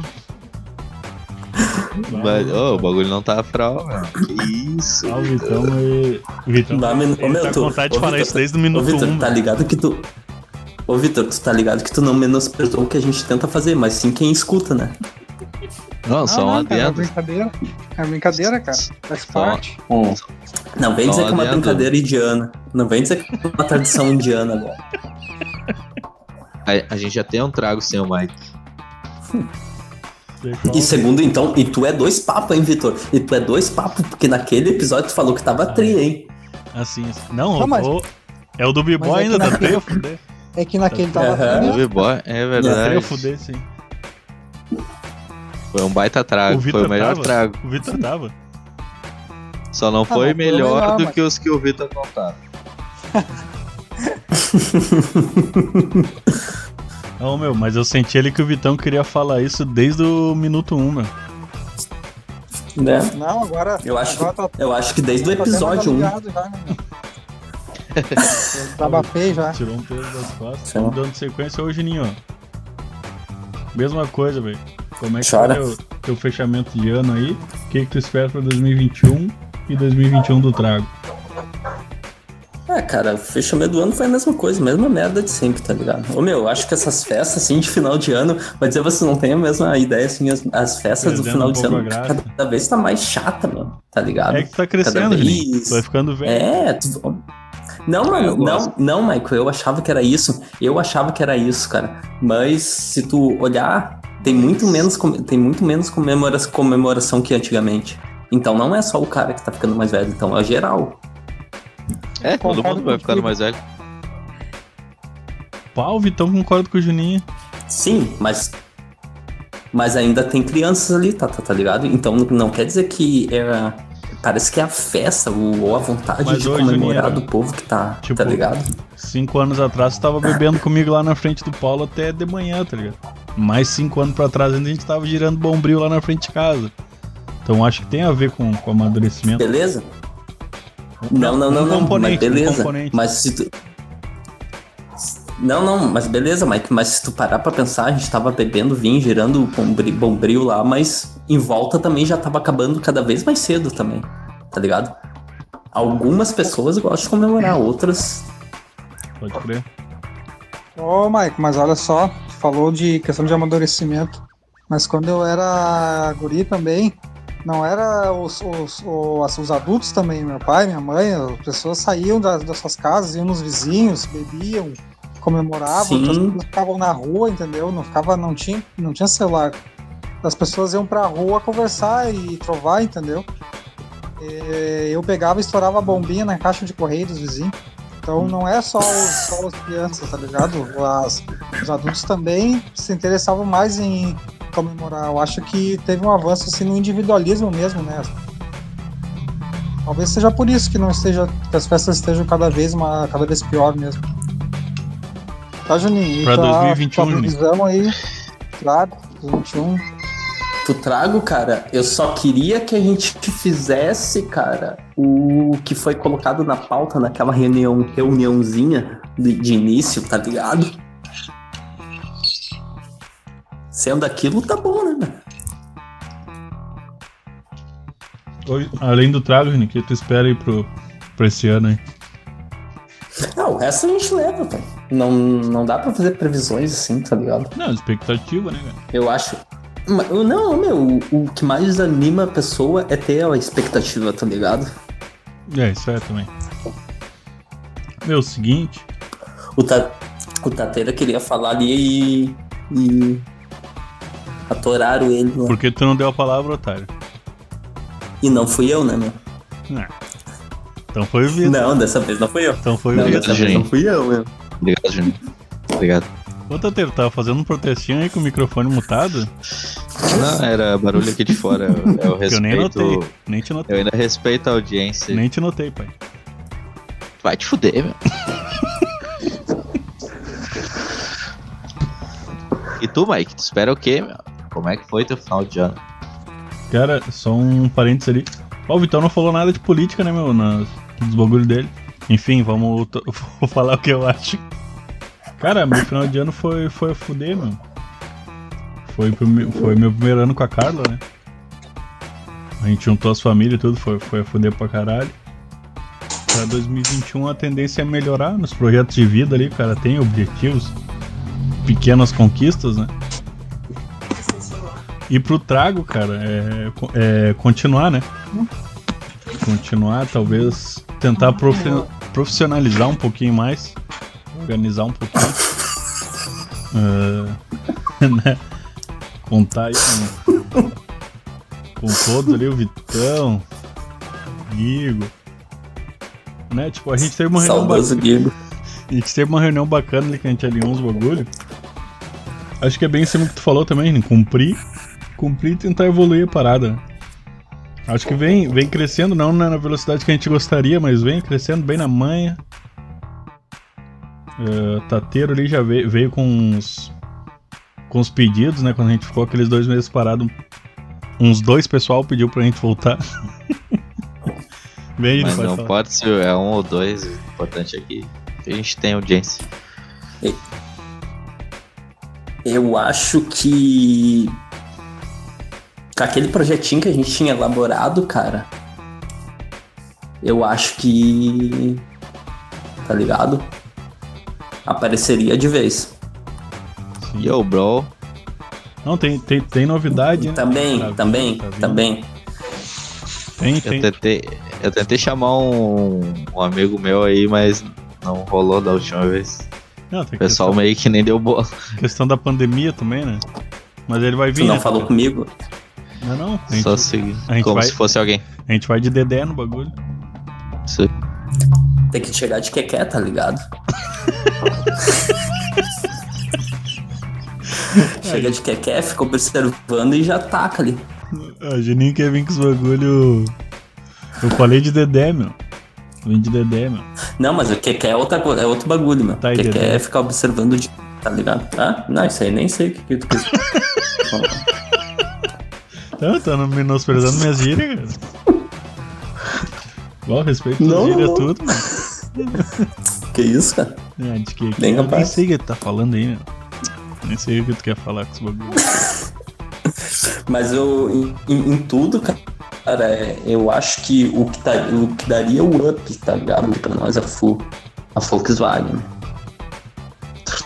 S2: Mas, ô, o bagulho não tá fral, mano. Que isso.
S1: Ah, o Vitão e. Vitão.
S4: Dá, men- ô,
S1: Ele
S4: meu,
S1: tá
S4: tu-
S1: com vontade de
S4: ô,
S1: falar
S4: Vitor,
S1: isso desde o
S4: Ô,
S1: minuto 1.
S4: Vitor, tá ligado que tu. Ô, Vitor, tu tá ligado que tu não menosprezou o que a gente tenta fazer, mas sim quem escuta, né?
S2: Não, só um
S3: não, cara, é
S2: adendo.
S3: brincadeira. É brincadeira, cara. Faz
S2: Só-
S3: parte.
S4: Não vem
S2: Só
S4: dizer que é uma
S2: adendo.
S4: brincadeira indiana. Não vem dizer que é uma tradição indiana agora.
S2: A, a gente já tem um trago sem o Mike.
S4: E segundo, então, e tu é dois papos, hein, Vitor? E tu é dois papos, porque naquele episódio tu falou que tava tri, hein?
S1: Assim, assim. Não,
S3: Não, mas-
S1: o- é o do
S3: mas
S1: B-Boy
S3: é que
S1: ainda, tá
S3: na-
S1: feio, fuder.
S3: É que naquele tava
S4: Aham.
S3: frio,
S2: O B-Boy, é verdade.
S1: Feio, fuder, sim.
S2: Foi um baita trago.
S1: o
S2: Foi
S1: Vitor
S2: o melhor
S1: tava.
S2: trago.
S1: O Vitor tava.
S2: Só não foi
S3: mas foi o
S2: melhor,
S3: melhor,
S2: do
S3: mas-
S2: que os que o Vitor contaram.
S1: Não, meu, mas eu senti ali que o Vitão queria falar isso desde o minuto 1, meu.
S4: Né?
S3: Não, agora.
S4: Eu acho
S3: agora tá-
S4: Eu acho que desde
S3: tá
S4: o
S3: até mais
S4: episódio 1.
S3: aliviado já, né, meu? Eu Desabafei
S4: Ah.
S3: já.
S1: Tirou um peso das costas.
S4: Sim.
S1: Vamos dando sequência hoje, Ninho. Mesma coisa, velho. Como é que
S4: Chora.
S1: foi teu, teu fechamento de ano aí? O que, que tu espera pra 2021 e 2021 do Trago?
S4: É, cara, o fechamento do ano foi a mesma coisa, mesma merda de sempre, tá ligado? Ô, meu, eu acho que essas festas, assim, de final de ano, vai dizer, vocês não têm a mesma ideia, assim, as, as festas do
S1: Perdendo
S4: final
S1: um
S4: de
S1: pouco
S4: ano,
S1: a graça.
S4: cada vez tá mais chata, mano, tá ligado?
S1: É que tu tá crescendo,
S4: vez-
S1: Juninho. Tu vai ficando velho.
S4: É, tu- Não, mano, não,
S2: gosto.
S4: não, Michael, eu achava que era isso. Eu achava que era isso, cara. Mas se tu olhar, tem muito menos, com- tem muito menos comemora- comemoração que antigamente. Então não é só o cara que tá ficando mais velho, então é geral.
S2: É, todo
S3: Concordo
S2: mundo vai ficando
S3: contigo.
S2: mais velho.
S4: É.
S1: Pau, o Vitão concorda com o Juninho.
S4: Sim, mas. Mas ainda tem crianças ali, tá, tá, tá ligado? Então não quer dizer que é. Parece que é a festa o- ou a vontade
S1: Mas
S4: de
S1: hoje,
S4: comemorar
S1: Nira,
S4: do povo que tá,
S1: tipo,
S4: tá ligado?
S1: Cinco anos atrás tu tava bebendo comigo lá na frente do Paulo até de manhã, tá ligado? Mais cinco anos pra trás ainda a gente tava girando bombril lá na frente de casa. Então acho que tem a ver com, com amadurecimento.
S4: Beleza? Não, não, não,
S1: um
S4: não. Mas
S1: componente, um
S4: beleza.
S1: componente.
S4: Mas se tu. Não, não, mas beleza, Mike. Mas se tu parar pra pensar, a gente tava bebendo vinho, girando bombri- bombril lá, mas em volta também já tava acabando cada vez mais cedo também. Tá ligado? Algumas pessoas gostam de comemorar, outras.
S1: Pode crer.
S3: Ô, Maico, mas olha só, tu falou de questão de amadurecimento, mas quando eu era guri também, não era os, os, os, os adultos também, meu pai, minha mãe, as pessoas saíam das, das suas casas, iam nos vizinhos, bebiam, comemoravam,
S4: Sim.
S3: outras pessoas ficavam na rua, entendeu? Não ficava, não tinha, não tinha celular. As pessoas iam pra rua conversar e trovar, entendeu? É, Eu pegava e estourava a bombinha na caixa de correio dos vizinhos. Então não é só os, só as crianças, tá ligado? As- os adultos também se interessavam mais em comemorar. Eu acho que teve um avanço assim no individualismo mesmo, né? Talvez seja por isso que não esteja, que as festas estejam cada vez uma, cada vez pior mesmo. Tá, Juninho? E
S1: Pra
S3: tua-
S1: 2021,
S2: né?
S3: tua previsão aí, claro, 2021.
S4: Tu trago, cara. Eu só queria que a gente fizesse, cara, o que foi colocado na pauta naquela reunião, reuniãozinha de, de início, tá ligado? Sendo aquilo, tá bom, né? meu?
S1: Oi, Além do trago, Juninho, o que tu espera aí pro, pra esse ano aí?
S4: Não, o resto a gente leva, cara. Não, não dá pra fazer previsões assim, tá ligado?
S1: Não, expectativa, né, cara?
S4: Eu acho. Ma- Não, meu, o que mais anima a pessoa é ter a expectativa, tá ligado?
S1: É, isso é também. Meu, o seguinte.
S4: O, ta... o Tateira queria falar ali e. e... Atoraram ele lá.
S1: Por que tu não deu a palavra, otário?
S4: E não fui eu, né, meu?
S1: Então foi o Vitor.
S4: Não, dessa vez não fui eu.
S1: Então foi o
S4: Não,
S1: Vitor.
S4: dessa vez
S2: gente.
S4: não fui eu, meu.
S2: Obrigado, Juninho. Obrigado.
S1: Ô, Tateiro, tava fazendo um protestinho aí com o microfone mutado?
S2: Não, era barulho aqui de fora. Eu, eu
S1: Que eu nem
S2: respeito.
S1: notei. Nem te
S2: Eu
S1: notei.
S2: ainda respeito a audiência.
S1: Nem te notei, pai.
S2: Vai te fuder, meu. e tu, Mike, tu espera o quê, meu? Como é que foi teu final de ano?
S1: Cara, só um parênteses ali. Ó, o Vitão não falou nada de política, né, meu? Nas, nos bagulhos dele. Enfim, vamos t- vou falar o que eu acho. Cara, meu final de ano foi, foi a fuder, meu. Foi, prime- foi meu primeiro ano com a Carla, né? A gente juntou as famílias e tudo, foi, foi a fuder pra caralho. Pra 2021 a tendência é melhorar nos projetos de vida ali, cara. Tem objetivos, pequenas conquistas, né? E pro trago, cara, é, co- é continuar, né? Continuar, talvez tentar profe- profissionalizar um pouquinho mais, organizar um pouquinho. Ah, né? Contar aí com, com todos ali, o Vitão, o Igor. Né? Tipo, a gente teve uma reunião
S4: Saudoso Guigo.
S1: a gente teve uma reunião bacana ali que a gente alinhou uns bagulho. Acho que é bem em cima do que tu falou também, né? Cumprir. Cumprir e tentar evoluir a parada. né? Acho que vem, vem crescendo, não na na velocidade que a gente gostaria, mas vem crescendo bem na manha. Eh, Tateiro ali já veio, veio com uns. com os pedidos, né? Quando a gente ficou aqueles dois meses parado, uns dois pessoal pediu pra gente voltar. Bem,
S2: Mas
S1: pode
S2: não
S1: falar.
S2: pode ser é um ou dois. O importante é que a gente tem audiência.
S4: Eu acho que. Aquele projetinho que a gente tinha elaborado, cara. Eu acho que. Tá ligado? Apareceria de vez.
S1: Sim.
S2: Yo, bro.
S1: Não, tem, tem, tem novidade, né?
S4: Também,
S1: Tá vindo,
S4: também,
S1: tá vindo.
S4: também.
S1: Tem,
S2: Eu
S1: tem.
S2: tentei, eu tentei chamar um, um amigo meu aí, mas não rolou da última vez.
S1: Não, tem
S2: O pessoal meio que nem deu bola.
S1: questão, questão da pandemia também, né? Mas ele vai
S4: Tu
S1: vir.
S4: não
S1: né?
S4: falou comigo?
S1: Não, é não. A gente,
S2: Só se,
S1: a gente
S2: como
S1: vai-
S2: se fosse alguém.
S1: a gente vai de Dedé no bagulho.
S2: Isso-
S4: Tem que chegar de quequé, tá ligado? Chega de quequé, fica observando e já taca ali.
S1: O É, Juninho quer vir com os bagulho. Eu falei de Dedé, meu. Vim de Dedé, meu.
S4: Não, mas o que é outra coisa, é outro bagulho, meu.
S1: Tá aí,
S4: o que
S1: Dedé.
S4: é ficar observando de. Tá ligado? Ah, não, isso aí nem sei o que, que tu quis. falar.
S1: Tá, tá menosprezando minhas gírias, cara. Bom, respeito
S4: Não,
S1: as gírias
S4: não.
S1: tudo, mano.
S4: que isso, cara?
S1: É, de que, que
S4: Nem
S1: eu nem
S4: capaz.
S1: sei o que tu tá falando aí, meu. Nem sei o que tu quer falar com os bagulho.
S4: Mas eu, em, em- em tudo, cara, é, eu acho que o que, tá, o que daria o up, tá ligado? Pra nós a, Fu, a Volkswagen.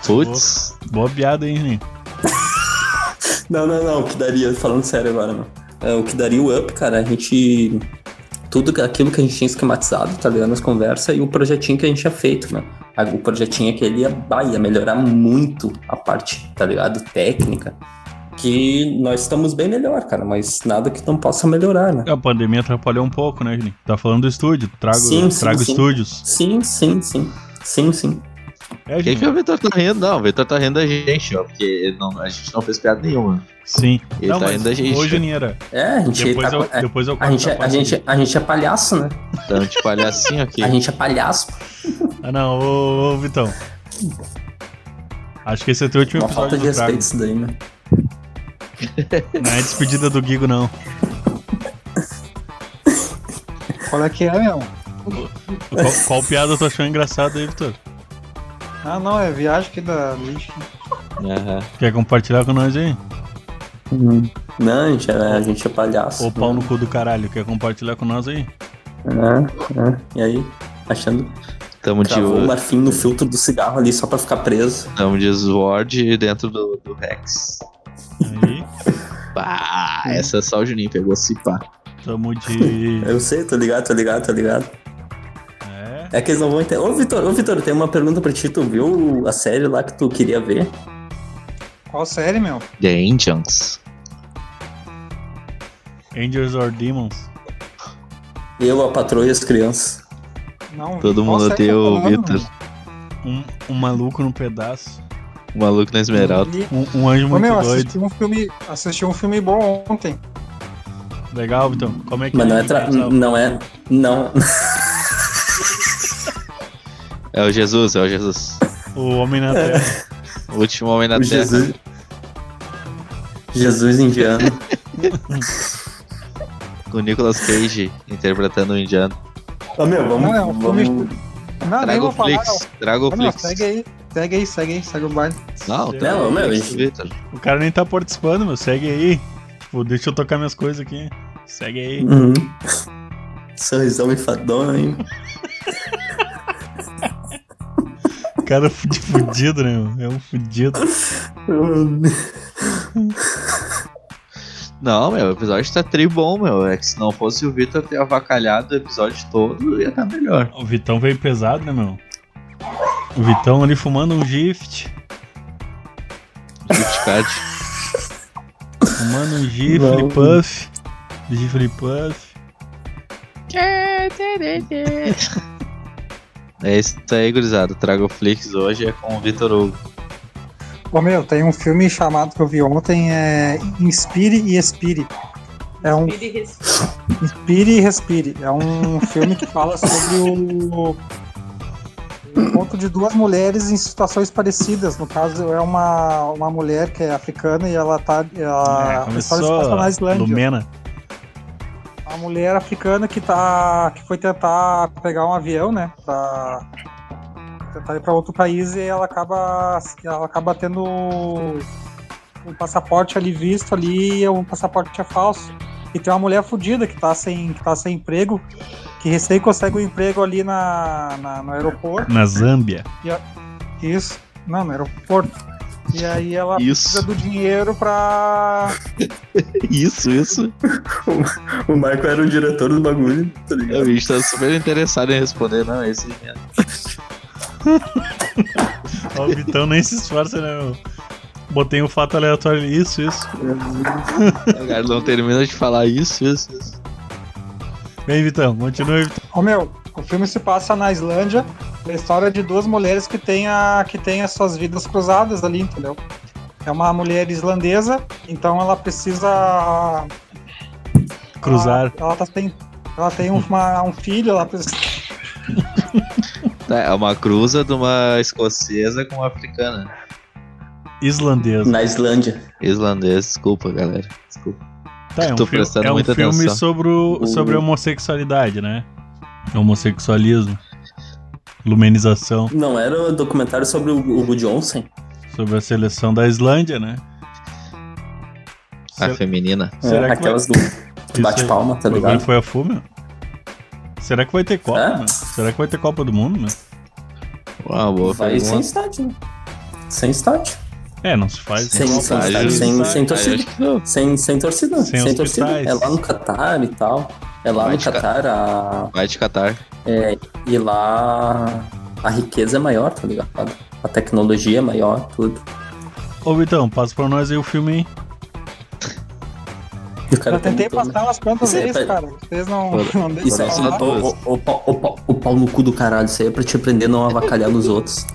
S2: Putz.
S1: Boa piada, hein, Juninho.
S4: Não, não, não, o que daria, falando sério agora, não. É, o que daria o up, cara, é a gente. Tudo que- aquilo que a gente tinha esquematizado, tá ligado? Nas conversas e o projetinho que a gente tinha feito, né? A- O projetinho aquele ia, bah, ia melhorar muito a parte, tá ligado? Técnica. Que nós estamos bem melhor, cara, mas nada que não possa melhorar, né?
S1: A pandemia atrapalhou um pouco, né, Juninho? Tá falando do estúdio. Trago,
S4: Sim, sim,
S1: trago
S4: sim.
S1: estúdios.
S4: Sim, sim, sim. Sim, sim.
S1: É,
S2: Quem
S1: Juninho?
S2: que o Vitor tá rindo? Não, o Vitor tá rindo da gente, ó. Porque ele não- a gente não fez piada nenhuma.
S1: Sim.
S2: Ele tá
S1: mas
S2: indo a gente.
S1: Ô, Juninho,
S4: É, a gente
S1: depois,
S4: tá-
S1: eu,
S4: é,
S1: depois eu
S4: a,
S1: corto
S4: gente, é- a,
S1: parte
S4: gente,
S1: dele.
S4: a gente é palhaço, né?
S2: Então, de palhacinho aqui.
S4: A gente é palhaço.
S1: Ah, não, ô, ô, Vitão. Acho que esse é teu último
S4: Uma falta
S1: episódio
S4: de
S1: do Trago.
S4: respeito isso daí, né?
S1: Não é despedida do Guigo, não.
S3: Qual é que é, meu?
S1: Qual, qual piada eu tô achando engraçada aí, Vitor?
S3: Ah, não, é viagem aqui da Lynch.
S2: Aham.
S1: Quer compartilhar com nós aí?
S4: Não, a gente é, a gente é palhaço.
S1: Ô pau no
S4: Né?
S1: cu do caralho, quer compartilhar com nós aí?
S4: É, é. E aí? Achando.
S2: Tamo de,
S4: Travou o marfim no filtro do cigarro ali só pra ficar preso.
S2: tamo de Sword dentro do, do Rex.
S1: Aí,
S2: Bah, essa é só o Juninho pegou se pá.
S1: tamo de.
S4: Eu sei, tô ligado, tô ligado, tô ligado.
S1: É.
S4: É que eles não vão entender. Ô, Vitor, ô, Vitor, tem uma pergunta pra ti. Tu viu a série lá que tu queria ver?
S3: Qual série, meu?
S2: The Angels.
S1: Angels or Demons.
S4: Eu, a patroa e as crianças.
S3: Não,
S2: Todo
S3: qual
S2: mundo odeia
S3: série tá
S2: o
S3: falando,
S2: Vitor.
S3: meu?
S1: Um, um maluco no pedaço.
S2: O maluco na Esmeralda.
S3: E-
S1: Um, um anjo
S3: Ô,
S1: muito
S3: meu,
S1: doido.
S3: assisti um, filme, assisti um filme bom ontem.
S1: Legal, Vitão. Como é que
S4: Mas não
S1: é?
S4: é. Tra... Não é. Não.
S2: É o Jesus, é o Jesus.
S1: O Homem na Terra.
S2: O último homem na
S4: O
S2: Terra.
S4: Jesus. Jesus indiano.
S2: O Nicolas Cage interpretando o indiano.
S4: Ô, meu, vamos.
S3: Não, é um
S4: vamos...
S3: filme- Não, nem vou falar.
S2: Dragoflix.
S3: Não, Ô, Ah, meu,
S2: Dragoflix.
S3: segue aí, segue aí, segue aí, segue o baile.
S2: Não,
S1: Sei
S2: tem
S1: lá.
S4: Não, meu,
S2: Dragoflix,
S4: isso-
S2: Victor.
S1: O cara nem tá participando, meu. Segue aí. Tipo, deixa eu tocar minhas coisas aqui. Segue aí.
S4: Uhum. Sorrisão enfadonho, hein?
S1: Cara é fu- de fudido, né, meu? É um fudido.
S4: Hum.
S2: Não, meu, o episódio tá tri bom, meu. É que se não fosse o Victor ter avacalhado o episódio todo, ia tá melhor.
S1: O Vitão veio pesado, né, meu? O Vitão ali fumando um gift.
S2: Gift card.
S1: Fumando um gifle
S4: Não.
S1: puff. Gifle puff.
S2: É isso aí, gurizada. Dragoflix hoje é com o Victor Hugo.
S3: Ô, meu, tem um filme chamado que eu vi ontem, é Inspire e Expire. É um
S5: Ele respira.
S3: Inspire e Respire. É um filme que fala sobre o, o encontro de duas mulheres em situações parecidas. No caso, é uma, uma mulher que é africana e ela tá. Ela,
S1: é,
S3: a história se
S1: começou
S3: passa na
S1: a
S3: Islândia.
S1: Lumena.
S3: Uma mulher africana que tá. que foi tentar pegar um avião, né? Pra tentar ir pra outro país e ela acaba. ela acaba tendo um passaporte ali visto ali e o passaporte é falso. E tem uma mulher fodida que tá sem, que tá sem emprego, que recém consegue um emprego ali na, na- no aeroporto.
S1: Na Zâmbia.
S3: Isso. Não, no aeroporto. E aí ela precisa
S2: Isso,
S3: do dinheiro pra.
S2: isso, isso.
S4: O Marco era o diretor do bagulho, tá ligado?
S2: O bicho tá super interessado em responder, não, é esse mesmo.
S1: Ó, O Vitão nem se esforça, né, meu? Botei um fato aleatório. ali. Isso, isso.
S2: O cara não termina de falar isso, isso, isso.
S1: Vem, Vitão. Continue, Vitão.
S3: Ô meu, o filme se passa na Islândia, é a história de duas mulheres que têm, a, que têm as suas vidas cruzadas ali, entendeu? É uma mulher islandesa, então ela precisa. ah,
S1: Cruzar.
S3: Ela, ela tá sem- ela tem uma- um filho, ela precisa.
S2: Tá, é uma cruza de uma escocesa com uma africana.
S1: Islandesa.
S4: Na Islândia.
S2: Islandês, desculpa, galera. Desculpa.
S1: Tá, é um,
S2: Tô
S1: filme,
S2: prestando
S1: é um
S2: muita
S1: filme
S2: atenção.
S1: sobre, o- sobre a homossexualidade, né? Homossexualismo. Lumenização.
S4: Não era o documentário sobre o Hugo Johnson?
S1: Sobre a seleção da Islândia, né?
S2: A
S1: Se-
S2: Ah, feminina.
S1: Será
S4: É,
S1: que
S4: aquelas
S1: isso é
S4: do bate-palma, tá
S1: aí-
S4: ligado? É.
S1: Foi a fuma? Será que vai ter Copa,
S4: Hã?
S1: meu? Será que vai ter Copa do Mundo, meu?
S2: Uma boa
S4: Vai sem
S2: pergunta.
S4: estádio, né? Sem estádio.
S1: É, não se faz.
S4: Sem-
S1: Copa,
S4: sem-
S1: aí-
S4: sem- sem torcida.
S2: Aí eu acho que não.
S4: Sem, sem torcida.
S1: Sem
S4: Sem, torcida.
S1: hospitais.
S4: É lá no Catar e tal. É lá
S2: Vai
S4: no
S2: de ca-
S4: Catar a...
S2: Vai de Catar.
S4: e lá a riqueza é maior, tá ligado? A tecnologia é maior, tudo.
S1: Ô, Vitão, passa pra nós aí o filme, hein?
S4: E o cara
S3: Eu tentei
S4: perguntou, né?
S3: passar umas quantas
S4: Isso aí,
S3: vezes,
S4: pera-
S3: cara. Vocês não, não
S4: Isso
S3: deixam
S4: é
S2: Não, só
S3: falar.
S2: tô-
S4: o, o, o, pau- o, pau- o pau no cu do caralho, isso aí é pra te aprender a não avacalhar nos outros.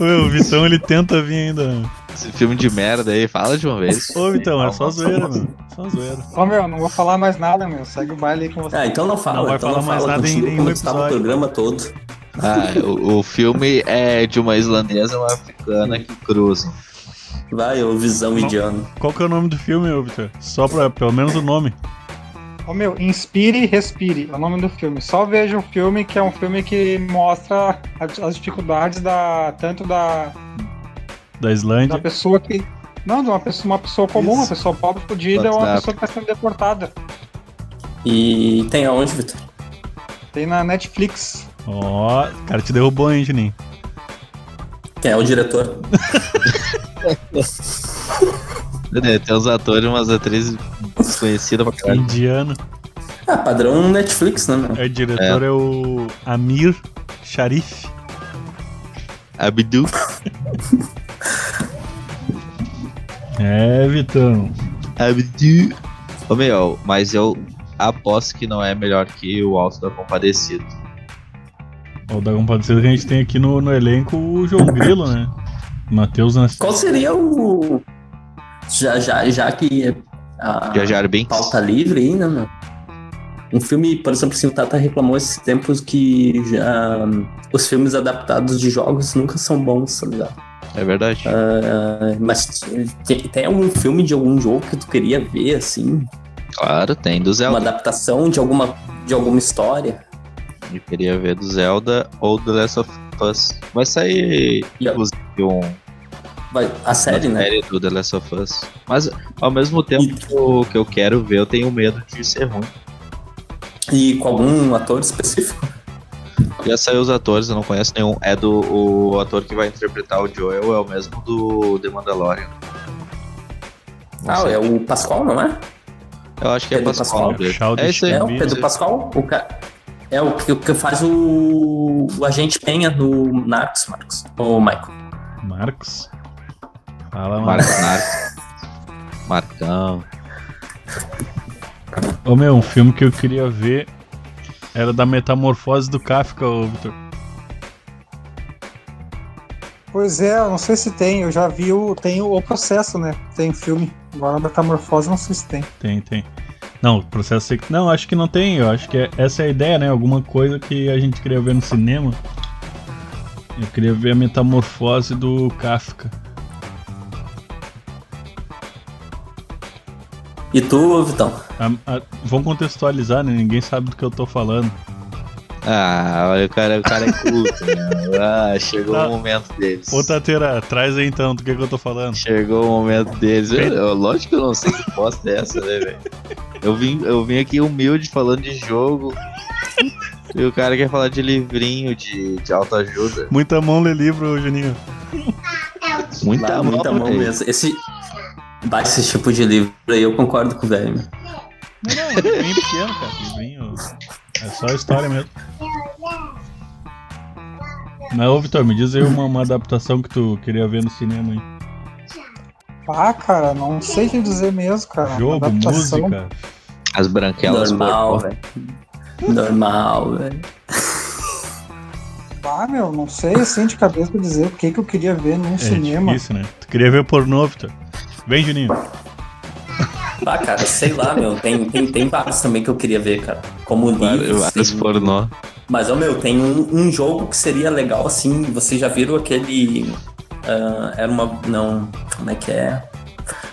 S1: Ô, O Vitão, ele tenta vir ainda. meu.
S2: Esse filme de merda aí, fala de uma vez.
S1: Ô, Vitão,
S4: então,
S1: é só zoeira, mano. Só zoeira.
S3: Ô meu, não vou falar mais nada, meu. Segue o baile aí com você.
S4: Ah, então não fala,
S1: Não vai
S4: então
S1: falar
S4: não
S1: mais
S4: fala.
S1: nada em
S4: Continua
S1: nenhum
S4: como estava o
S1: episódio.
S4: programa todo.
S2: Ah, o, o filme é de uma islandesa e uma africana que cruzam.
S4: Vai, ô visão indiano.
S1: Qual que é o nome do filme, ô, Vitor? Só pra, pelo menos o nome.
S3: Ô meu, Inspire e Respire é o nome do filme. Só veja o filme, que é um filme que mostra a- as dificuldades da tanto da,
S1: Da
S3: da
S1: Islândia.
S3: pessoa que. Não, de uma pessoa, uma pessoa comum,
S1: Isso.
S3: uma pessoa pobre, fodida, ou uma
S2: WhatsApp.
S3: pessoa que está sendo deportada.
S4: E tem aonde, Vitor?
S3: Tem na Netflix.
S1: Ó, o cara te derrubou, hein, Juninho?
S4: Quem é o diretor?
S2: É, tem uns atores e umas atrizes desconhecidas
S1: É.
S2: pra caralho.
S1: Indiano.
S4: Ah, padrão Netflix, né, meu?
S1: É, o diretor é. o Amir Sharif.
S2: Abdu.
S1: É, Vitão.
S2: Abdu. Ô, meu, mas eu aposto que não é melhor que o Alto da Compadecida.
S1: O da compadecida que a gente tem aqui no, no elenco o João Grilo, né? Matheus Nascimento.
S4: Qual seria o. Já, já, já que a
S2: Já já Binks.
S4: pauta livre aí, né, meu? Um filme, por exemplo, assim, o Tata reclamou esses tempos que já, os filmes adaptados de jogos nunca são bons, tá ligado?
S2: É verdade.
S4: Ah, mas tem, tem algum filme de algum jogo que tu queria ver, assim?
S2: Claro, tem do
S4: Uma
S2: Zelda.
S4: adaptação de alguma, de alguma história?
S2: Eu queria ver do Zelda ou do Last of Us. Vai sair,
S4: E a-
S2: inclusive, um,
S4: Vai, a série,
S2: uma
S4: né?
S2: série do The Last of Us. Mas, ao mesmo tempo que eu, que eu quero ver, eu tenho medo de ser ruim.
S4: E com algum ator específico?
S2: Já saiu os atores, eu não conheço nenhum. É do o ator que vai interpretar o Joel, é o mesmo do The Mandalorian. Não
S4: Ah,
S2: sei.
S4: é o tá Pascoal, não é?
S2: Eu acho que é
S4: Pedro
S2: Pascal.
S1: Pascal.
S2: Pascal. É isso aí.
S1: Tem
S4: É o
S1: vídeo.
S4: Pedro Pascal? O ca- É o que, o que faz o, o agente Penha no Narcos, Marcos. Ô, Michael.
S1: Marcos. Fala, Marcos.
S2: Marco Narcos. Marcão.
S1: Ô meu, um filme que eu queria ver era da metamorfose do Kafka, ô Vitor.
S3: Pois é, eu não sei se tem, eu já vi o. Tem o, O processo, né? Tem filme. Agora a metamorfose não sei se tem.
S1: Tem, tem. Não, o processo sei que- Não, acho que não tem. Eu acho que é- essa é a ideia, né? Alguma coisa que a gente queria ver no cinema. Eu queria ver a metamorfose do Kafka.
S4: E tu, Vitão?
S1: A- a- vamos contextualizar, né? Ninguém sabe do que eu tô falando.
S2: Ah, olha, o cara, o cara é culto, né? Ah, chegou
S1: Tá.
S2: o momento deles.
S1: Ô, Tateira, traz aí então do que, que eu tô falando.
S2: Chegou o momento deles. Eu- eu- lógico que eu não sei que bosta é essa, né, velho? Eu vim, eu vim aqui humilde falando de jogo. E o cara quer falar de livrinho, de, de autoajuda.
S1: Muita mão lê livro, Juninho.
S2: Muita
S4: Bah,
S2: mão,
S4: muita mão
S2: velho.
S4: mesmo. Esse, bah, esse tipo de livro aí eu concordo com o velho. meu.
S1: Não, não, livrinho pequeno, cara. Livrinho. É só história mesmo. Mas ô Vitor, me diz aí uma, uma adaptação que tu queria ver no cinema aí.
S3: Ah, cara, não sei o que dizer mesmo, cara.
S1: Jogo,
S3: Ah, Adaptação.
S1: música.
S2: As branquelas.
S4: Normal,
S2: pô.
S4: velho. Normal, velho.
S3: Ah, meu, não sei assim de cabeça pra dizer o que, que eu queria ver num
S1: É
S3: cinema.
S1: difícil, né? Tu queria ver pornô, Vitor. Vem, Juninho.
S4: Ah, cara, sei lá, meu. Tem, tem, tem vários também que eu queria ver, cara. Como livros.
S2: Vários
S4: tem-
S2: pornô.
S4: Mas, ô, meu, tem um, um jogo que seria legal, assim. Vocês já viram aquele... ah, era uma... Não... Como é que é?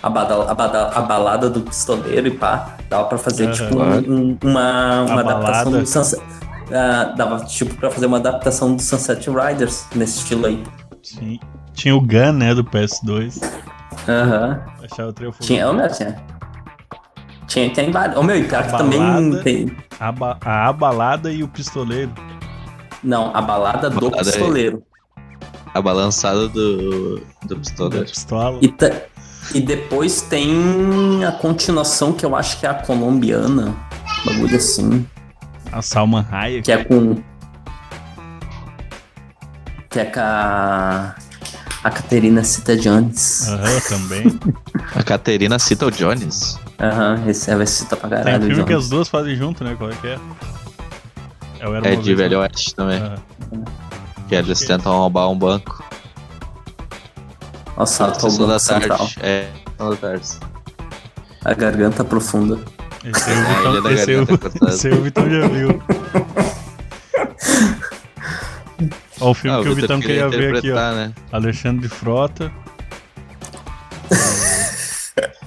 S4: A, badal, a, badal, a balada do pistoleiro e pá. Dava pra fazer,
S1: Aham.
S4: tipo, um- um- uma, uma
S1: A
S4: adaptação
S1: balada.
S4: do Sunset... ah, dava, tipo, pra fazer uma adaptação do Sunset Riders nesse estilo aí.
S1: Sim. Tinha o Gun, né, do PS2.
S4: Aham.
S1: Achava o trio fogo.
S4: Tinha, ô, meu, tinha. Tinha, tem vários. Ô, meu, e pior que também
S1: Balada.
S4: tem...
S1: A, ba- a balada e o pistoleiro.
S4: Não, a balada do
S2: Balada aí.
S4: pistoleiro.
S2: A balançada do, do
S1: Da
S2: pistoleiro.
S1: pistola.
S4: E, ta- e depois tem a continuação que eu acho que é a colombiana. um Bagulho assim.
S1: A Salma Hayek.
S4: Que é com. Que é com a. A Caterina Cita Jones.
S1: Aham, também.
S2: A Caterina cita o Jones.
S4: Aham, esse é vai citar pra
S1: Tem um
S4: caralho.
S1: filme que
S4: Jones.
S1: as duas fazem junto, né? Qual é que é? É, o Era
S2: É
S1: Uma
S2: de
S1: Vez,
S2: Velho
S1: né? É,
S2: Oeste também.
S1: Aham.
S2: Que é eles tentam roubar um banco.
S4: Nossa, tô
S2: Sessão da
S4: central.
S2: tarde. É, sessão da tarde.
S4: A garganta profunda.
S1: Esse aí o
S2: É, Ilha
S1: Vitão-
S2: da
S1: esse aí o-
S2: Garganta Cortada.
S1: esse aí é o Vitão já viu. Ó, o filme
S2: Ah,
S1: um que o Vitão queria ver aqui, ó.
S2: interpretar, Né?
S1: Alexandre de Frota.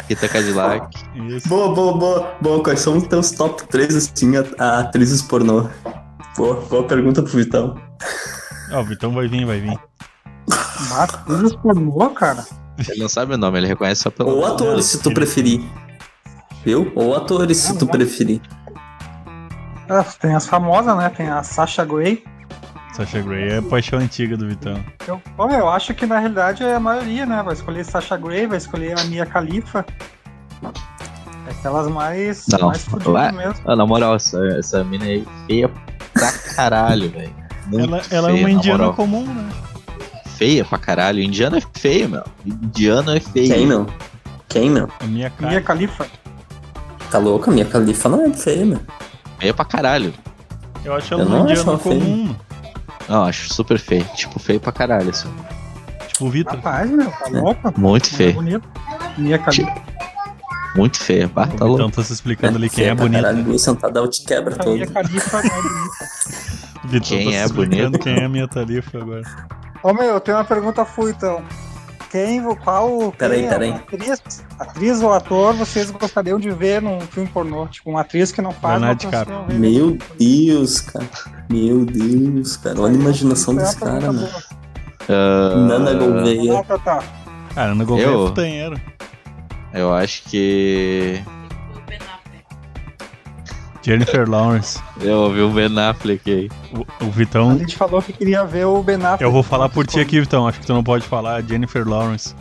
S2: Rita Cadillac.
S1: Isso.
S4: Boa, boa, boa. Boa, quais são os teus top 3 assim, a, a atrizes pornô? Boa, boa pergunta pro Vitão.
S1: Ó, Ah, o Vitão vai vir, vai vir.
S3: Mas filhos pornô, Ah, cara.
S2: Ele não sabe o nome, ele reconhece só pelo
S4: Ou
S2: nome. né?
S4: atores, se tu preferir. Viu? Ou atores, se tu preferir.
S3: Ah, tem as famosas, né? Tem a Sasha Grey.
S1: Sasha Grey é a paixão antiga do Vitão.
S3: Eu, bom, eu acho que na realidade é a maioria, né? Vai escolher Sasha Grey, vai escolher a Mia Khalifa. É Aquelas mais,
S2: Não,
S3: mais
S2: lá-
S3: fodidas mesmo.
S2: Ah, na moral, essa, essa mina aí é feia pra caralho, velho. Muito
S1: Ela, ela é
S2: feia,
S1: uma
S2: na
S1: indiana
S2: moral.
S1: comum, né?
S2: Feia pra caralho. Indiana é feia, meu. Indiana é feia.
S4: Quem, meu? Quem, meu?
S1: A minha cara.
S3: Mia Khalifa.
S4: Tá louca? Minha califa não é feia, meu.
S2: Feia pra caralho.
S1: Eu acho ela
S4: Eu
S1: uma
S4: não acho
S1: indiana
S4: ela feia.
S1: comum, mano.
S2: Não, acho super feio. Tipo, feio pra caralho, assim.
S1: Tipo o Vitor.
S3: Rapaz, meu, tá louco?
S2: Muito
S3: Mulher
S2: feio.
S3: bonita. Mia Khalifa.
S2: Muito feio. Ah, tá
S1: o
S2: louco.
S1: Vitão tá se explicando ali quem é
S4: Feia pra
S1: bonito.
S4: Caralho, duas sentadas ela te quebra
S3: A Mia
S4: todo.
S3: Khalifa não é bonita.
S1: O Vitão
S2: Quem
S1: tá
S2: é
S1: se explicando
S2: bonito?
S1: quem é a minha tarifa agora.
S3: Ô, meu, eu tenho uma pergunta full, então. Quem, qual
S4: Peraí,
S3: quem é
S4: peraí.
S3: uma Atriz, atriz ou ator vocês gostariam de ver num filme pornô? Tipo, uma atriz que não faz
S1: Leonardo
S3: uma
S1: DiCaprio.
S3: transformação.
S4: Meu Deus, cara. Meu Deus, cara. Olha a imaginação né?
S3: Isso é uma
S4: dos caras,
S3: pergunta
S4: mano.
S3: boa. Ah, tá,
S4: Nana
S3: Vamos lá,
S4: Gouveia.
S3: Tatá.
S1: Cara, Ana Gouveia
S2: Eu?
S1: é putanheiro.
S2: Eu acho que.
S5: O Ben Affleck.
S1: Jennifer Lawrence.
S2: Eu ouvi o Ben Affleck aí.
S1: O, o
S3: A
S1: Vitão.
S3: gente falou que queria ver o Ben Affleck.
S1: Eu vou falar por ti aqui, Vitão. Acho que tu não pode falar. Jennifer Lawrence.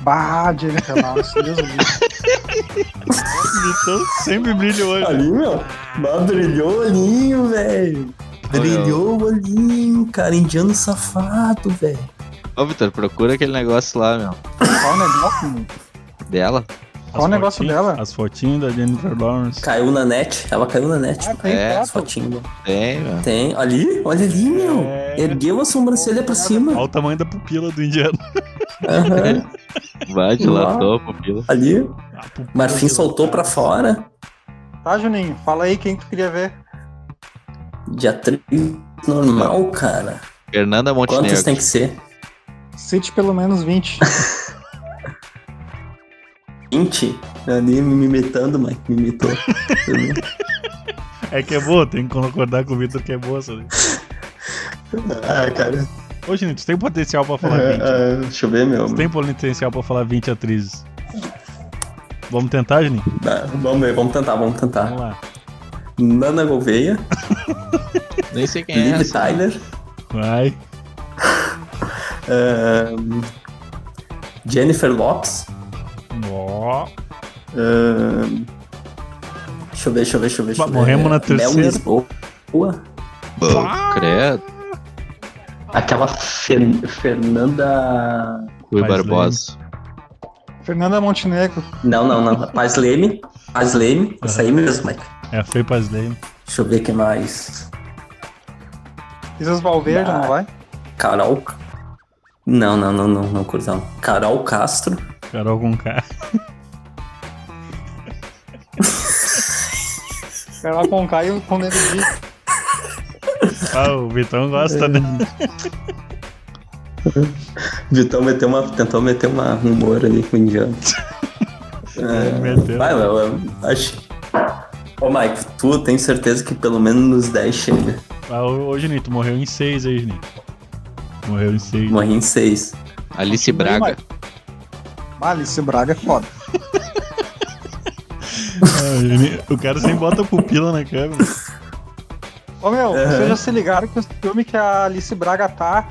S3: Bah, Jennifer Lawrence, Deus do livro.
S1: Vitão sempre brilha hoje.
S4: Ali, meu. Mas brilhou o olhinho, velho. Brilhou o olhinho, cara. Indiano safado, velho.
S2: Ô, Vitor, procura aquele negócio lá, meu.
S3: Qual o negócio, meu?
S2: Dela.
S3: Qual o negócio
S1: fotinhas-
S3: dela?
S1: As fotinhas da Jennifer Lawrence.
S4: Caiu na net. Ela caiu na net.
S3: Ah, tem
S2: É,
S3: foto.
S4: Fotinho, meu.
S2: Tem, meu.
S4: Tem. Ali? Olha ali, meu.
S1: É.
S4: Ergueu a sobrancelha pra
S1: Olha
S4: cima.
S1: o tamanho da pupila do indiano.
S4: Aham.
S2: Vai, dilatou a pupila.
S4: Ali.
S1: A pupila
S4: Marfim
S1: dilatada.
S4: soltou pra fora.
S3: Tá, Juninho? Fala aí quem tu queria ver.
S4: De atriz normal, cara.
S2: Fernanda
S4: Quantos
S2: Montenegro.
S4: tem que ser?
S3: Cite pelo menos 20.
S4: 20? Ali É, me imitando, mãe. Me imitou.
S1: É que é boa, tem que concordar com o Vitor que é boa, sabe?
S4: ah, cara.
S1: Ô, gente, tu tem potencial pra falar 20.
S4: Ah, deixa eu ver, meu.
S1: Tu tem potencial pra falar 20 atrizes. Vamos tentar, Juninho?
S4: Ah, vamos ver, vamos tentar, vamos tentar.
S1: Vamos lá.
S4: Nana Gouveia,
S2: Nem sei quem é
S4: Liv
S2: essa.
S4: Tyler,
S1: Vai.
S4: ahn, Jennifer Lopes.
S1: Ó.
S4: ahn, deixa eu ver, deixa eu ver, deixa eu ver. deixa eu
S1: Bah,
S4: ver.
S1: morremos na terceira.
S4: Mel Lisboa.
S2: Pô, Credo.
S4: Aquela Fer- Fernanda.
S2: Rui
S1: Faz
S2: Barbosa.
S3: Fernanda Montenegro.
S4: Não, não, não. Paz Leme. Paz Leme. Essa aí mesmo, Mike.
S1: É a Faye Pasley.
S4: Deixa eu ver quem mais.
S3: Isis Valverde, não vai?
S4: Carol. Não, não, não, não, não, curtão. Carol Castro.
S1: Carol com K.
S3: Carol Conká e o Condeiro Dick.
S1: Ah, o Vitão gosta, né?
S4: Vitão meteu uma, tentou meter uma rumor ali com o indiano. É.
S1: Meteu.
S4: Vai, meu, eu acho. Ô, Mike, tu tem certeza que pelo menos nos 10 chega.
S1: Ah, ô, ô, Juninho, tu morreu em 6 aí, Juninho. Morreu em 6.
S4: Morri em 6.
S2: Alice Braga.
S3: Malice Braga é foda.
S1: Ah, o cara sempre bota a pupila na câmera.
S3: Ô meu,
S4: Aham.
S3: vocês já se ligaram que o filme que a Alice Braga tá,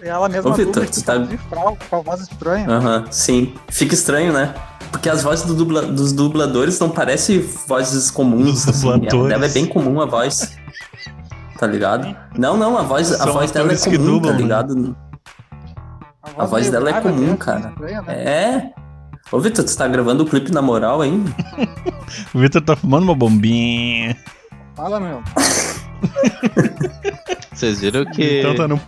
S3: ela mesma
S4: Ô, Vitor,
S3: dubla,
S4: tu tá-
S3: de fralda, com a voz estranha.
S4: Aham, sim. Fica estranho, né? Porque as vozes do dubla- dos dubladores não parecem vozes comuns.
S1: Dos
S4: Assim.
S1: dubladores.
S4: Ela- Dela é bem comum a voz. Tá ligado? Não, não, a voz, a
S1: São
S4: voz dela é
S1: atores que
S4: comum,
S1: dublam,
S4: tá
S1: né?
S4: ligado? a voz
S3: meio
S4: dela é
S3: grave,
S4: comum,
S3: né?
S4: cara.
S3: Estranha, né?
S4: É. Ô, Vitor, tu tá gravando o clipe na moral aí?
S1: O Vitor tá fumando uma bombinha.
S4: É.
S3: Fala, meu.
S2: Vocês viram que
S1: Então tá no.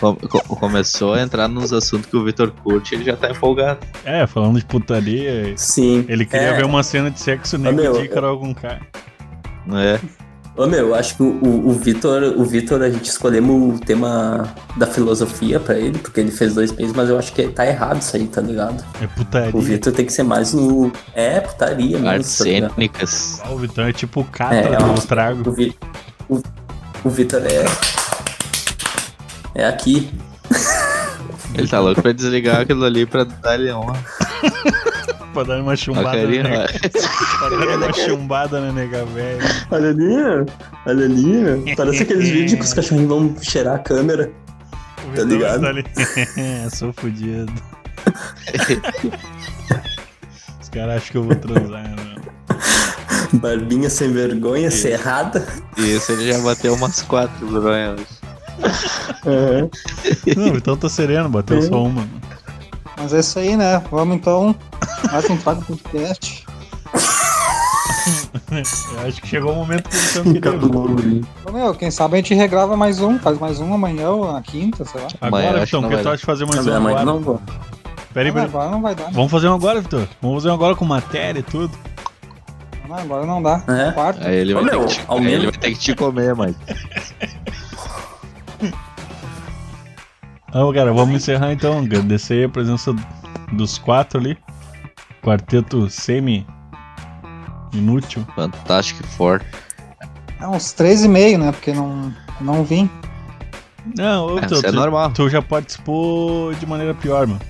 S2: com- com- começou a entrar nos assuntos que o Vitor curte ele já tá empolgado.
S1: É, falando de putaria.
S4: Sim.
S1: Ele queria
S4: É.
S1: ver um uma cena de sexo
S4: meu,
S1: negro de Carol com K.
S2: Né?
S4: Ô meu, eu acho que o, o, o Vitor, o Vitor, a gente escolhemos o tema da filosofia pra ele, porque ele fez dois meses, mas eu acho que tá errado isso aí, tá ligado?
S1: É putaria.
S4: O Vitor tem que ser mais no. É, putaria mesmo. tá ligado?
S2: Arsênicas.
S1: Ah, O Vitão é tipo o catra
S4: É,
S1: do
S2: um
S4: ó.
S1: trago.
S4: O, Vi, o, o Vitor é. É aqui.
S2: Ele tá louco pra desligar aquilo ali pra dar ele uma.
S1: pra dar uma chumbada
S2: A Karina.
S1: na nega. pra dar uma chumbada na nega velha.
S4: Olha ali, olha ali. Parece aqueles vídeos que os cachorrinhos vão cheirar a câmera.
S1: O
S4: Tá
S1: Vitor
S4: ligado?
S1: tá ali. Sou fudido.
S2: né?
S1: Os caras acham que eu vou transar, né?
S4: Barbinha sem vergonha, cerrada.
S2: Isso, ele já bateu umas quatro né? bronhas.
S4: Aham.
S1: Não, então tá sereno, bateu só uma.
S3: Mas é isso aí, né? Vamos então. Mais um trago podcast.
S1: Eu acho que chegou o momento que eles estão querendo.
S3: Ô, meu, quem sabe a gente regrava mais um, faz mais um amanhã ou na quinta, sei lá.
S2: Amanhã
S1: Agora,
S2: acho
S1: Vitão,
S2: que
S1: o
S2: não
S1: que
S2: vai
S1: tu acha de fazer mais
S4: Mas
S1: um
S4: é, mas
S1: agora?
S4: não vou.
S1: Peraí,
S3: Ah, mas
S1: peraí.
S3: agora não vai dar.
S1: Vamos fazer um agora, Vitor? Vamos fazer um agora com matéria e tudo?
S3: Não, agora não dá.
S4: É.
S3: Quarto.
S2: Aí ele,
S4: Ô,
S2: vai,
S4: meu,
S2: ter que te,
S4: ao
S2: aí ele
S4: menos-
S2: vai ter que te comer, mãe.
S1: Então, cara, vamos encerrar então. Agradecer aí a presença dos quatro ali. Quarteto semi inútil.
S2: Fantástico e forte.
S3: É uns três e meio, né? Porque não, não vim.
S1: Não, ô,
S2: É,
S1: Vitor,
S2: isso é
S1: tu-
S2: normal.
S1: Tu Então já participou de maneira pior, mano.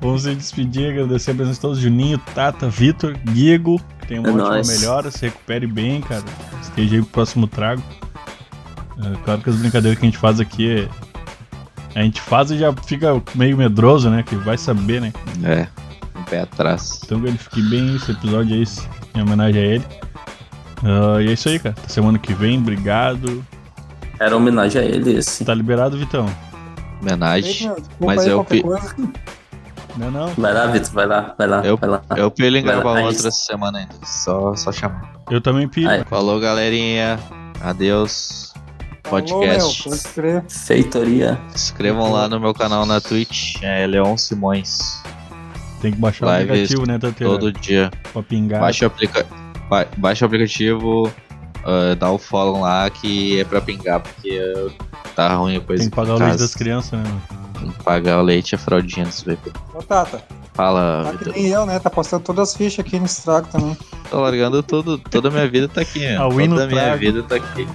S1: Vamos se despedir, agradecer a presença de todos, Juninho, Tata, Vitor, Guigo. que Tenha uma
S4: É
S1: ótima
S4: nóis.
S1: melhora, se recupere bem, cara. Esteja aí pro próximo trago. É, claro que as brincadeiras que a gente faz aqui é. A gente faz e já fica meio medroso, né? Que vai saber, né?
S2: É, um pé atrás.
S1: Então que ele fique bem, esse episódio é esse, em homenagem a ele. Ah, e é isso aí, cara. Até Semana que vem, obrigado.
S4: Era homenagem a ele esse.
S1: Tá liberado, Vitão?
S2: Homenagem.
S3: meu, desculpa
S2: mas
S3: aí
S2: eu
S3: qualquer
S2: fi-
S3: coisa.
S1: Não, é não.
S4: Vai lá, Vitor, vai lá, vai lá, vai lá.
S2: Eu pelo em
S4: Vai lá,
S2: gravar
S4: aí.
S2: outra semana ainda. Só, só chamar.
S1: Eu também pido.
S4: Ai.
S2: Falou, galerinha. Adeus. Podcast.
S3: Falou, meu, pode crer.
S4: Feitoria.
S2: Inscrevam lá no meu canal na Twitch. É Leon Simões.
S1: Tem que baixar o
S2: Live
S1: aplicativo, né, Tateira?
S2: Todo dia.
S1: Pra pingar.
S2: Baixa o, aplica... ba- Baixa o aplicativo. ah, dá o follow lá que é pra pingar, porque ah, tá ruim a coisa.
S1: Tem que pagar o
S2: aqui em
S1: leite
S2: casa.
S1: das crianças, né? mano?
S2: Tem que pagar o leite é e a fraldinha dos bebês.
S3: Ô, Tata,
S2: Fala,
S3: tá que
S2: Vitor.
S3: nem eu, né? Tá postando todas as fichas aqui no Strago também.
S2: Tô largando tudo, toda a minha vida tá aqui.
S1: A Win
S2: toda
S1: no
S2: a minha
S1: trago.
S2: vida tá aqui.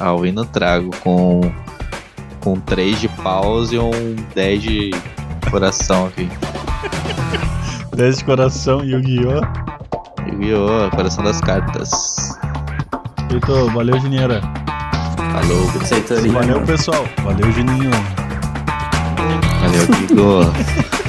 S2: A Win no trago com com 3 de paus e um 10 de coração aqui.
S1: 10 de coração, Yu-Gi-Oh!
S2: E guiou, coração das cartas.
S1: Heitor, valeu, Gineira.
S2: Falou,
S4: Feitoria.
S1: Valeu, pessoal. Valeu, Juninho.
S2: valeu, Guigo.